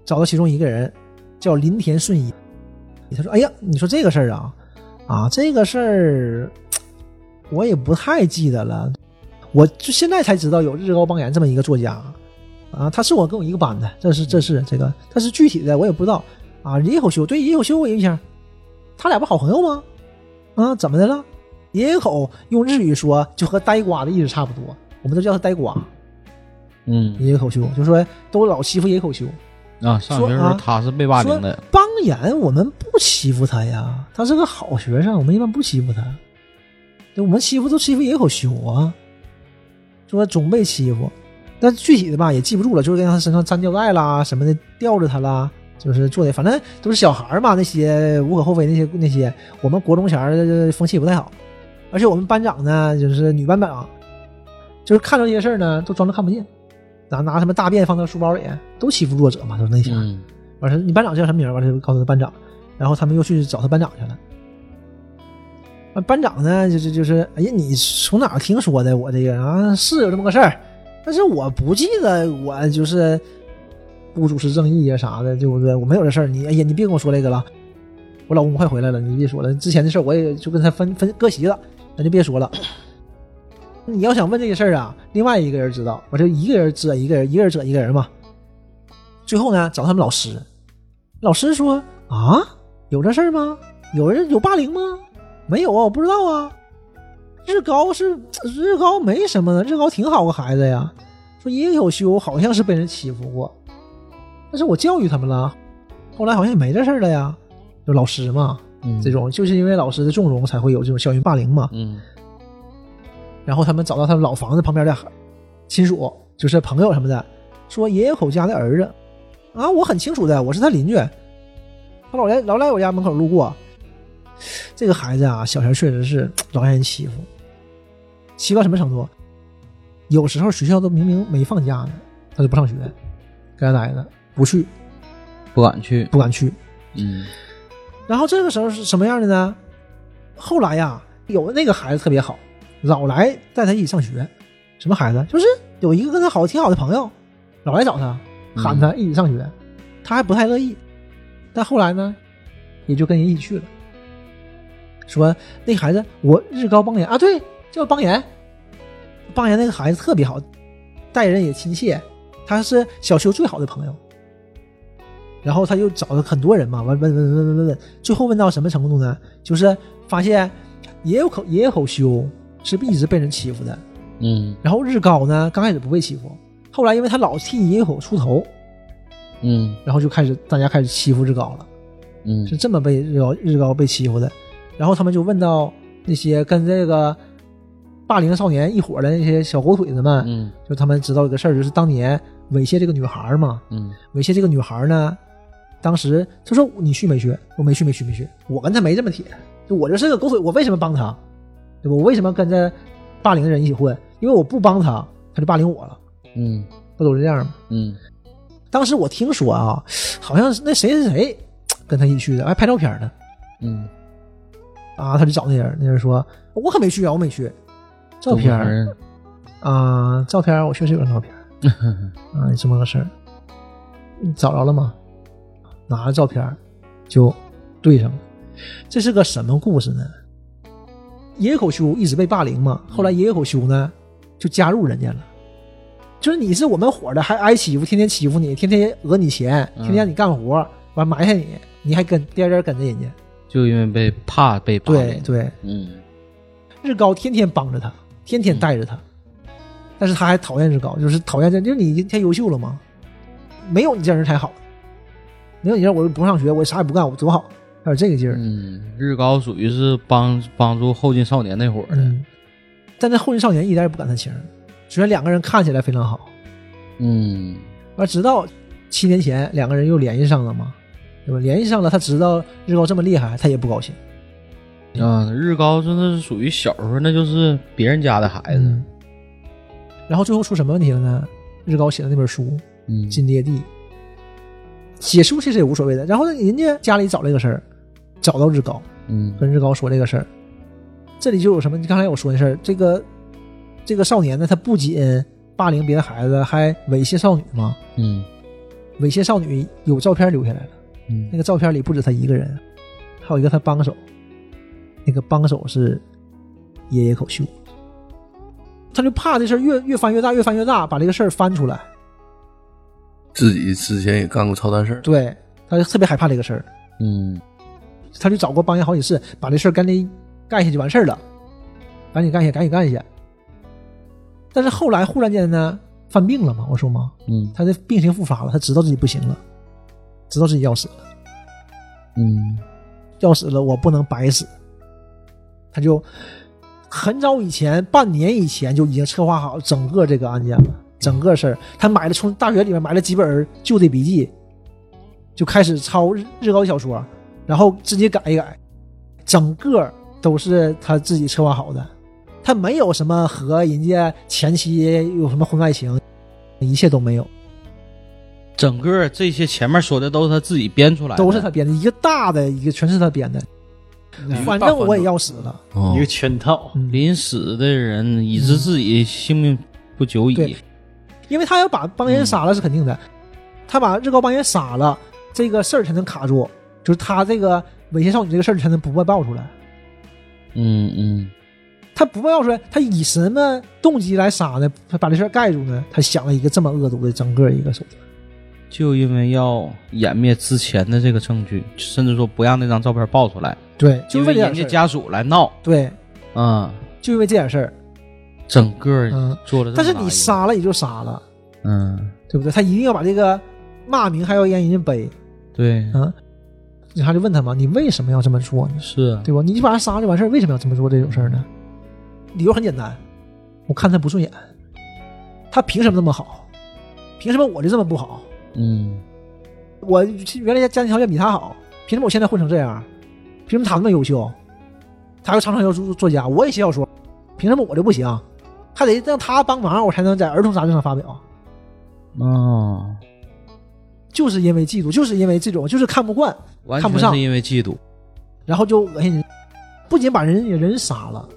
B: 找到其中一个人叫林田顺一，他说：“哎呀，你说这个事儿啊，啊，这个事儿我也不太记得了，我就现在才知道有日高邦彦这么一个作家啊，他是我跟我一个班的，这是这是这个，但是具体的我也不知道啊。野口修对野口修我有印象，他俩不好朋友吗？啊，怎么的了？野口用日语说就和呆瓜的意思差不多，我们都叫他呆瓜。”
C: 嗯
B: 野口修，就说都老欺负野口修。
C: 啊，上学的
B: 说
C: 时候
B: 啊
C: 他是被霸凌的，
B: 邦彦，我们不欺负他呀，他是个好学生，我们一般不欺负他。对，我们欺负都欺负野口修啊，说总被欺负，但具体的吧也记不住了，就是跟他身上粘胶带啦什么的，吊着他啦，就是做的，反正都是小孩儿嘛，那些无可厚非，那些那些我们国中前儿呃风气也不太好，而且我们班长呢，就是女班长，就是看到这些事儿呢，都装作看不见，拿拿什么大便放到书包里，都欺负弱者嘛，就是那些。
C: 嗯
B: 完事儿你班长叫什么名儿？完事儿就告诉他班长，然后他们又去找他班长去了。完班长呢，就就就是，哎呀，你从哪儿听说的？我这个啊，是有这么个事儿，但是我不记得我就是不主持正义啊啥的，对不对？我没有这事儿，你哎呀，你别跟我说这个了。我老公快回来了，你别说了，之前的事儿我也就跟他分分割席了，咱就别说了。你要想问这个事儿啊，另外一个人知道，我这一个人遮一个人，一个人遮一个人嘛。最后呢，找他们老师，老师说啊，有这事儿吗？有人有霸凌吗？没有啊，我不知道啊。日高是日高没什么的，日高挺好个孩子呀。说也有修，好像是被人欺负过，但是我教育他们了，后来好像也没这事儿了呀。就老师嘛，
C: 嗯，
B: 这种就是因为老师的纵容才会有这种校园霸凌嘛。
C: 嗯
B: 然后他们找到他们老房子旁边的亲属，就是朋友什么的，说爷爷口家的儿子，啊，我很清楚的，我是他邻居。他老来老来我家门口路过。这个孩子啊，小时候确实是老让人欺负，欺负到什么程度？有时候学校都明明没放假呢，他就不上学，搁家待着，不去，
C: 不敢去，
B: 不敢去。
C: 嗯
B: 然后这个时候是什么样的呢？后来呀，有那个孩子特别好，老来带他一起上学。什么孩子？就是有一个跟他好挺好的朋友，老来找他，喊他一起上学，他还不太乐意。但后来呢，也就跟人一起去了。说那孩子，我日高邦彦啊，对，叫邦彦。邦彦那个孩子特别好，待人也亲切，他是小修最好的朋友。然后他就找了很多人嘛，问问问问问问问，最后问到什么程度呢？就是发现也有口也有口修是一直被人欺负的，
C: 嗯
B: 然后日高呢刚开始不被欺负，后来因为他老替野口出头，
C: 嗯
B: 然后就开始大家开始欺负日高了，
C: 嗯
B: 是这么被日高日高被欺负的。然后他们就问到那些跟这个霸凌少年一伙的那些小狗腿子们，
C: 嗯
B: 就他们知道一个事儿，就是当年猥亵这个女孩嘛，
C: 嗯
B: 猥亵这个女孩呢，当时她说你去没去？我没去，没去，没去。我跟她没这么铁，就我就是个狗腿，我为什么帮她？对吧？我为什么跟着霸凌的人一起混？因为我不帮她，她就霸凌我了，
C: 嗯
B: 不都是这样吗？
C: 嗯
B: 当时我听说啊，好像是那谁谁谁跟她一起去的，还拍照片呢。
C: 嗯，
B: 啊，他就找那人，那人说我可没去啊，我没去。照片
C: 都不承
B: 儿
C: 认
B: 啊，照片儿我确实有张照 片儿。啊，这么个事儿，你找着了吗？拿着照片儿就对上了。这是个什么故事呢？野口修一直被霸凌
C: 嗯
B: 嘛，后来野口修呢就加入人家了，就是你是我们伙儿的，还挨欺负，天天欺负你，天天讹你钱，
C: 嗯
B: 天天让你干活，完埋汰你，你还跟颠颠跟着人家，
C: 就因为被怕被霸
B: 对
C: 凌，
B: 对，
C: 嗯
B: 日高天天帮着他，天天带着他，但是他还讨厌日高，就是讨厌这，就是你太优秀了嘛，没有你这样人才好，没有你这样我就不上学，我啥也不干，我多好，他有这个劲儿。
C: 嗯，日高属于是帮帮助后进少年那伙儿的，
B: 嗯，但那后进少年一点也不感他情儿，虽然两个人看起来非常好，
C: 嗯
B: 完直到七年前两个人又联系上了嘛，对吧？联系上了，他知道日高这么厉害，他也不高兴。
C: 啊，日高真的是属于小时候那就是别人家的孩子
B: 嗯，然后最后出什么问题了呢？日高写的那本书，
C: 嗯
B: 进裂地。写书其实也无所谓的。然后呢，人家家里找这个事儿，找到日高，
C: 嗯
B: 跟日高说这个事儿。这里就有什么？你刚才我说的事儿，这个这个少年呢，他不仅霸凌别的孩子，还猥亵少女嘛。
C: 嗯
B: 猥亵少女有照片留下来了，
C: 嗯
B: 那个照片里不止他一个人，还有一个他帮手。那个帮手是爷爷口秀，他就怕这事儿越越翻越大，越翻越大，把这个事儿翻出来。
D: 自己之前也干过操蛋事儿，
B: 对，他就特别害怕这个事儿。
C: 嗯
B: 他就找过帮人好几次，把这事儿赶紧干下就完事儿了，赶紧干下，赶紧干下。但是后来忽然间呢，犯病了嘛，我说嘛，
C: 嗯
B: 他的病情复发了，他知道自己不行了，知道自己要死了，
C: 嗯
B: 要死了，我不能白死。他就很早以前，半年以前就已经策划好整个这个案件了，整个事儿。他买了从大学里面买了几本旧的笔记，就开始抄日日高的小说，然后自己改一改，整个都是他自己策划好的。他没有什么和人家前妻有什么婚外情，一切都没有，
C: 整个这些前面说的都是他自己编出来的，
B: 都是他编的，一个大的一个全是他编的。反正我也要死了，
D: 哦
E: 一个圈套，
B: 嗯
C: 临死的人，以致自己性命不久矣
B: 对。因为他要把邦彦杀了是肯定的，他把日高邦彦杀了，这个事儿才能卡住，就是他这个猥亵少女这个事儿才能不被爆出来。
C: 嗯嗯
B: 他不被爆出来，他以什么动机来杀呢？他把这事儿盖住呢？他想了一个这么恶毒的整个一个手段。
C: 就因为要湮灭之前的这个证据，甚至说不让那张照片爆出来，
B: 对，就
C: 因
B: 为
C: 为
B: 这
C: 人
B: 点
C: 家
B: 事儿。
C: 家属来闹
B: 对，
C: 啊、
B: 就因为这点事儿。
C: 整个
B: 嗯
C: 做了这么大一个。
B: 但是你杀了也就杀了，
C: 嗯，
B: 对不对？他一定要把这个骂名还要让人家背
C: 对，
B: 啊。你还就问他嘛，你为什么要这么做呢？
C: 是啊，
B: 对吧？你把他杀了就完事儿，为什么要这么做这种事儿呢？理由很简单，我看他不顺眼，他凭什么那么好？凭什么我就这么不好？
C: 嗯
B: 我原来家庭条件比他好，凭什么我现在混成这样？凭什么他那么优秀？他又常常要作作家，我也写小说，凭什么我就不行？还得让他帮忙，我才能在儿童杂志上发表。
C: 哦，
B: 就是因为嫉妒，就是因为这种，就是看不惯，
C: 完
B: 看不
C: 全
B: 上
C: 是因为嫉妒。
B: 然后就恶心人，不仅把人也人杀了，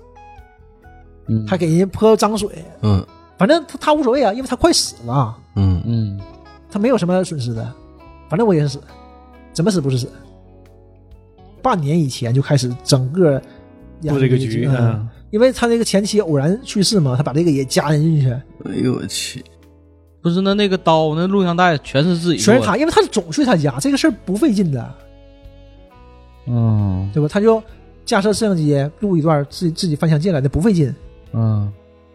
C: 嗯，
B: 还给人家泼脏水。
D: 嗯
B: 反正他他无所谓啊，因为他快死了，
D: 嗯
C: 嗯
B: 他没有什么损失的。反正我也是死，怎么死不是死。半年以前就开始整个
E: 布这个局
B: 嗯
E: 啊，
B: 因为他那个前妻偶然去世嘛，他把这个也加人进去，
D: 哎呦我去，
C: 不是那那个刀那录像带全是自己
B: 全
C: 做
B: 是他，
C: 的。
B: 因为他总去他家，这个事儿不费劲的，
C: 嗯
B: 对吧？他就架设摄像机录一段自己自己翻墙进来的，不费劲。
C: 嗯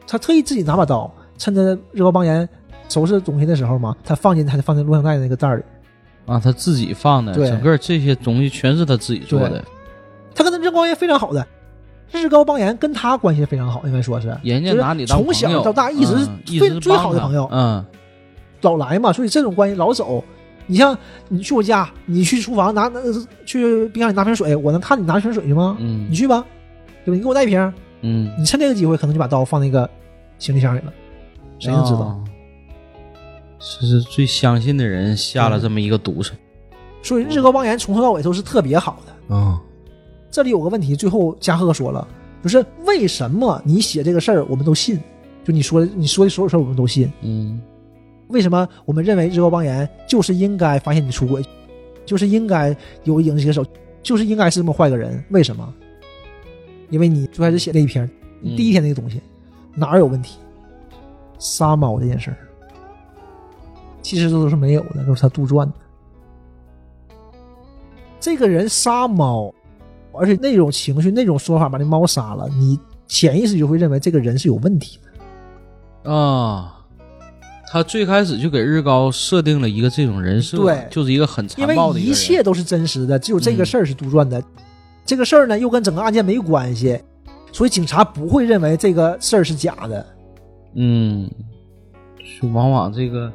B: 他特意自己拿把刀，趁着日高邦彦收拾东西的时候嘛，他放进他放在录像带那个袋儿里。
C: 啊，他自己放的，
B: 对
C: 整个这些东西全是他自己做的。
B: 他跟日高邦彦非常好的，日高邦彦跟他关系非常好，应该说是
C: 人家拿你
B: 就是
C: 当
B: 从
C: 朋
B: 小
C: 友
B: 到大一直是
C: 嗯
B: 最
C: 一直是
B: 最
C: 帮
B: 好的
C: 他
B: 朋友
C: 嗯
B: 老来嘛，所以这种关系老走。你像你去我家，你去厨房拿拿呃去冰箱里拿瓶水，我能看你拿瓶水去吗？
C: 嗯
B: 你去吧，对吧？你给我带一瓶，
C: 嗯，
B: 你趁这个机会可能就把刀放那个行李箱里了，谁能知道？
C: 哦？这是最相信的人下了这么一个毒手。
B: 所以日高邦彦从头到尾都是特别好的。
D: 嗯
B: 这里有个问题，最后嘉禾说了，就是为什么你写这个事儿我们都信？就你说的你说的所有事儿我们都信，
C: 嗯
B: 为什么我们认为日高邦彦就是应该发现你出轨，就是应该有影子手，就是应该是这么坏个人？为什么？因为你最开始写那一篇，
C: 嗯
B: 第一天那个东西、哪儿有问题？杀猫这件事儿，其实这都是没有的，都是他杜撰的。这个人杀猫，而且那种情绪、那种说法把那猫杀了，你潜意识就会认为这个人是有问题的。
C: 啊。他最开始就给日高设定了一个这种人设，
B: 对
C: 就是一个很残
B: 因为
C: 暴的一个
B: 一
C: 人
B: 切都是真实的，只有这个事儿是杜撰的。这个事儿呢，又跟整个案件没关系，所以警察不会认为这个事儿是假的。
C: 嗯，就往往这个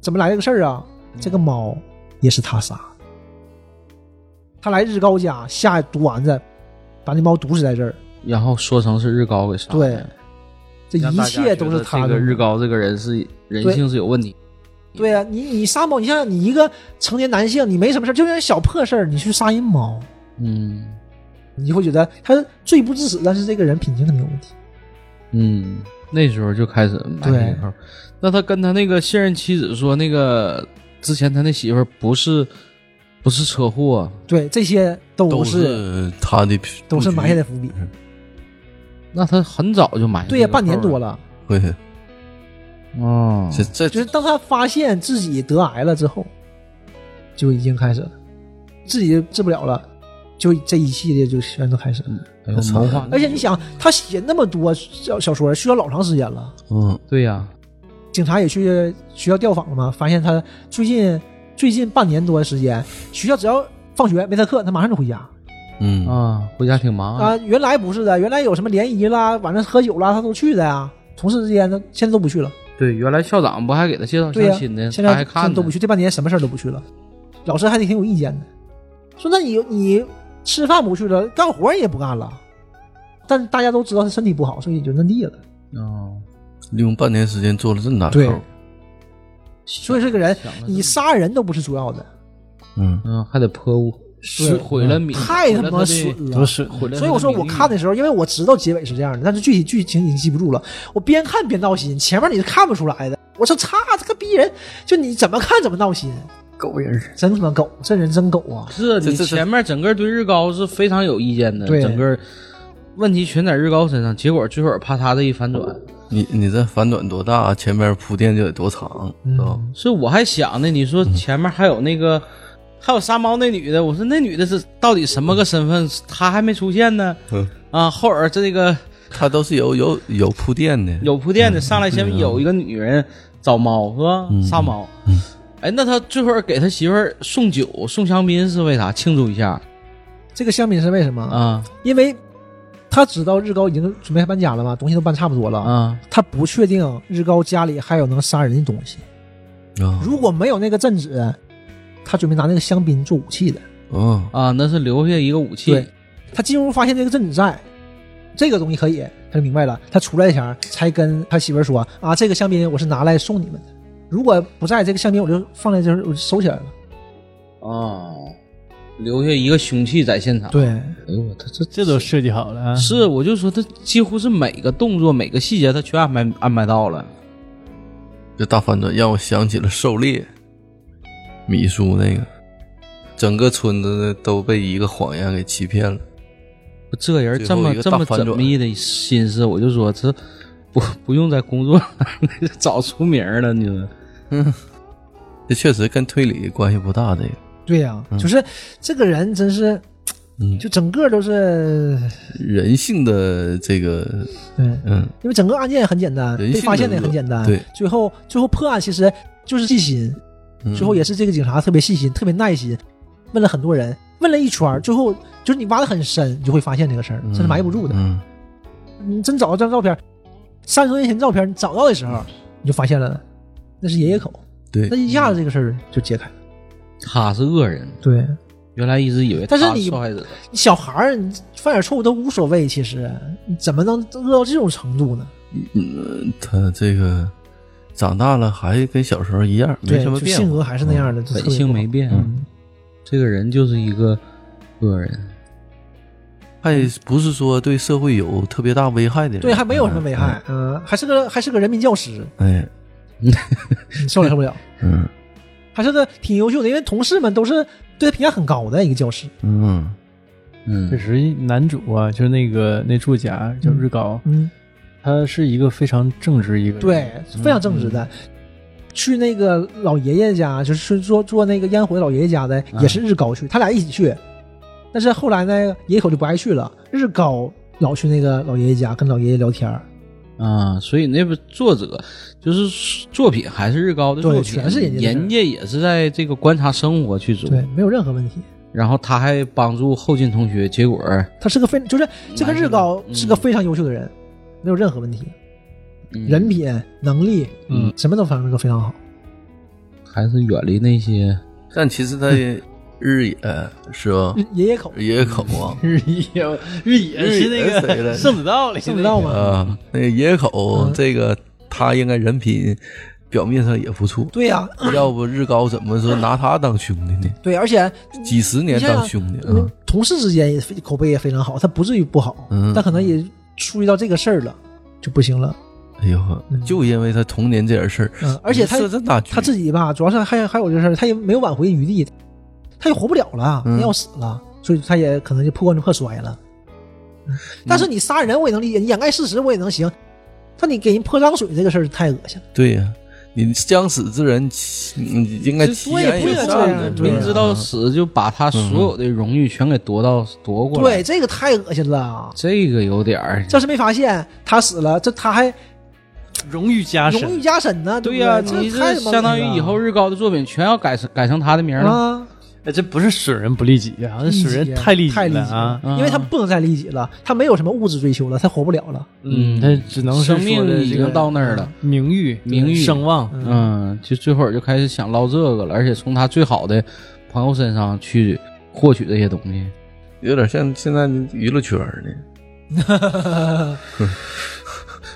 B: 怎么来这个事儿啊？
C: 嗯
B: 这个猫也是他杀的。他来日高家下毒丸子，把那猫毒死在这儿。
C: 然后说成是日高给杀的，
B: 对这
C: 让
B: 一
C: 大家
B: 切都是
C: 觉得
B: 他的。
C: 这个日高这个人是人性是有问题，
B: 对呀、啊，你你杀猫，你想想，你一个成年男性，你没什么事儿，就点小破事儿，你去杀人猫，
C: 嗯
B: 你会觉得他罪不至死，但是这个人品行肯定有问题。
C: 嗯，那时候就开始埋
B: 对
C: 这个扣。那他跟他那个现任妻子说，那个之前他那媳妇儿不是不是车祸，
B: 对，这些
D: 都是他的
B: 都是埋下的
D: 的
B: 伏笔。
C: 那他很早就埋
B: 对呀、半年
C: 啊
B: 多了。
D: 会
C: 哦，
D: 这这
B: 就是当他发现自己得癌了之后，就已经开始了，自己治不了了，就这一系列就全都开始了。
C: 哎呦谋划，
B: 而且你想，他写那么多小小说，需要老长时间了。
D: 嗯
C: 对呀、
B: 警察也去学校调访了嘛，发现他最近最近半年多的时间，学校只要放学没他课，他马上就回家。
D: 嗯
C: 啊，回家挺忙
B: 啊、，原来不是的，原来有什么联谊啦、晚上喝酒啦，他都去的呀。同事之间的现在都不去了。
C: 对，原来校长不还给他介绍
B: 对呀
C: 相亲呢，
B: 现
C: 他
B: 在
C: 还看呢
B: 都不去，这半年什么事儿都不去了。老师还得挺有意见的，说那你你吃饭不去了，干活儿也不干了。但大家都知道他身体不好，所以也就那地了。
C: 哦，
D: 利用半年时间做了这么大
B: 对
D: 扣，
B: 所以这个人
C: 啊想了这么
B: 你杀人都不是主要的，
D: 嗯
C: 嗯，还得泼污，
B: 对
C: 损毁了米，
B: 太他妈
C: 损
B: 损了
E: 多。损，
C: 毁了他的名誉。
B: 所以我说我看的时候，因为我知道结尾是这样的，但是具体剧情你记不住了。我边看边闹心，前面你是看不出来的。我说擦，这个逼人，就你怎么看怎么闹心，
D: 狗人儿，
B: 真他妈狗，这人真狗啊！
C: 是
D: 这
C: 你
D: 这这
C: 前面整个对日高是非常有意见的，
B: 对
C: 整个问题全在日高身上，结果最后啪嚓的一反转，
D: 你你这反转多大，前面铺垫就得多长，知道吧？
C: 是我还想呢，你
D: 嗯
C: 说前面还有那个。还有杀猫那女的，我说那女的是到底什么个身份？她还没出现呢。
D: 嗯
C: 啊，后边这个
D: 他都是有有有铺垫的，
C: 有铺垫的，上来先
D: 啊
C: 有一个女人找猫是吧？
D: 嗯
C: 杀猫。哎，那他最后给他媳妇儿送酒送香槟是为啥庆祝一下
B: 这个香槟是为什么？
C: 啊
B: 因为他知道日高已经准备搬家了嘛，东西都搬差不多了。
C: 啊？
B: 他不确定日高家里还有能杀人的东西。
D: 啊
B: 如果没有那个镇纸，他准备拿那个香槟做武器的。
D: 嗯
C: 啊，那是留下一个武器
B: 对，他进屋发现这个镇子在，这个东西可以，他就明白了。他出来前儿才跟他媳妇儿说啊，这个香槟我是拿来送你们的，如果不在这个香槟我就放在这儿，我就收起来了。
C: 哦，留下一个凶器在现场。，
B: 对，
C: 哎呦，他这
E: 这都设计好了啊。
C: 是，我就说他几乎是每个动作、每个细节，他全安排安排到了。
D: 这大反转让我想起了狩猎，米叔那个，整个村子的都被一个谎言给欺骗了。
C: 不这个人
D: 最
C: 这
D: 后
C: 么
D: 一个
C: 这
D: 大
C: 么
D: 反
C: 缜
D: 转
C: 密的心思，我就说这不不用在工作 上找出名儿了，你说
D: 这确实跟推理关系不大，这个
B: 对呀、嗯就是这个人真是，
D: 嗯
B: 就整个都是，
D: 人性的这个，
B: 对，
D: 嗯，
B: 因为整个案件很简单，
D: 人性
B: 被
D: 的
B: 发现的也很简单。
D: 对，
B: 最后最后破案其实就是细心，
D: 嗯
B: 最后也是这个警察特别细心，特别耐心，问了很多人，问了一圈儿，最后就是你挖的很深，你就会发现这个事儿，
D: 嗯
B: 真是埋不住的。
D: 嗯，
B: 你真找到这张照片，三十多年前的照片，你找到的时候，你就发现了，那是爷爷口，
D: 对
B: 那，一下子这个事儿就揭开了。
C: 他是恶人，
B: 对，
C: 原来一直以为
B: 但是
C: 他
B: 你
C: 受害者。
B: 你小孩儿你犯点错误都无所谓，其实你怎么能恶到这种程度呢？
D: 嗯，他这个长大了还跟小时候一样，没
B: 对，
D: 什么
B: 就
D: 变
B: 性
D: 化。
B: 格还是那样的，就特
C: 本
B: 别不
C: 性
B: 好
C: 没变，
B: 嗯
C: 这个人就是一个恶人。
D: 还不是说对社会有特别大危害的人，
B: 对，还没有什么危害，嗯，还是个还是个人民教师，
D: 嗯。哎，
B: 你受了受不了，
D: 嗯
B: 还是个挺优秀的，因为同事们都是对他评价很高的一个教师。
D: 嗯
E: 确
C: 嗯，
E: 实，男主啊，就是那个那作家叫日高，
B: 嗯，
E: 他是一个非常正直一个人，
B: 对，非常正直的。去那个老爷爷家，就是做做那个烟火的老爷爷家的，也是日高去，他俩一起去。但是后来呢，野口就不爱去了，日高老去那个老爷爷家跟老爷爷聊天儿，
C: 啊，所以那部作者就是作品还是日高的作
B: 对
C: 品，
B: 全是人家的事儿
C: 人家也是在这个观察生活去做，
B: 对，没有任何问题。
C: 然后他还帮助后进同学，结果
B: 他是个非就是这个日高
C: 嗯
B: 是个非常优秀的人，没有任何问题，
C: 嗯
B: 人品、能力，
C: 嗯，
B: 什么都方面都非常好。
C: 还是远离那些
D: 但其实他也日野是吧？
B: 日爷爷口
D: 日野口 啊，
E: 日野日野是那
D: 日野是谁来
E: 个
D: 着
E: 圣子道里的
B: 圣
E: 那
B: 子
E: 个
B: 道嘛，
D: 啊，那个野口
B: 嗯
D: 这个他应该人品表面上也不错，
B: 对呀、
D: 要不日高怎么说拿他当兄弟呢？
B: 对，而且
D: 几十年当兄弟
B: 嗯
D: 啊，
B: 同事之间也非口碑也非常好，他不至于不好，
D: 嗯
B: 但可能也注意到这个事儿了，就不行了。
D: 哎呦，就因为他童年这点事儿，
B: 嗯，而且他
D: 这这大局
B: 他自己吧，主要是还还有这事儿，他也没有挽回余地，他也活不了了，
D: 嗯
B: 人要死了，所以他也可能就破罐子破摔了。但是你杀人我也能理解，你掩盖事实我也能行，但你给人泼脏水这个事儿太恶心了。
D: 对呀。你将死之人，其你应该其言
B: 不
D: 也
B: 应该
D: 善
B: 这样
D: 的，
B: 对啊
C: 明知哎道死就把他
E: 嗯
C: 所有的荣誉全给夺到夺过来，
B: 对，，这个太恶心了。
C: 这个有点儿，
B: 这要是没发现他死了，这他还
E: 荣誉加身
B: 荣。誉加身呢？
C: 对
B: 不
C: 呀，
B: 这
C: 你
B: 太他妈恶
C: 这
B: 心了
C: 相当于以后日高的作品全要改成改成他的名儿了，
B: 啊，
E: 哎，这不是损人不利己啊，这损人太利己
B: 太利
E: 了
B: 己了
E: 啊！
C: 啊
B: 因为他不能再利己了，他没有什么物质追求了，他活不了了。
C: 嗯
E: 他只能是
C: 生
E: 说的
C: 命已
E: 这个
B: 啊
C: 经到那儿了。
E: 名誉、
C: 名誉
E: 声望，
C: 嗯，就最后就开始想捞这个了，而且从他最好的朋友身上去获取这些东西。
D: 有点像现在娱乐圈儿呢。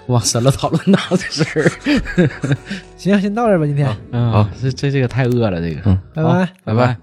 C: 往深了讨论到这事儿，
B: 行，先到这儿吧，今天，
C: 嗯
D: 好，
C: 这这这个太饿了，这个，
D: 嗯
B: 拜拜。
C: 拜拜。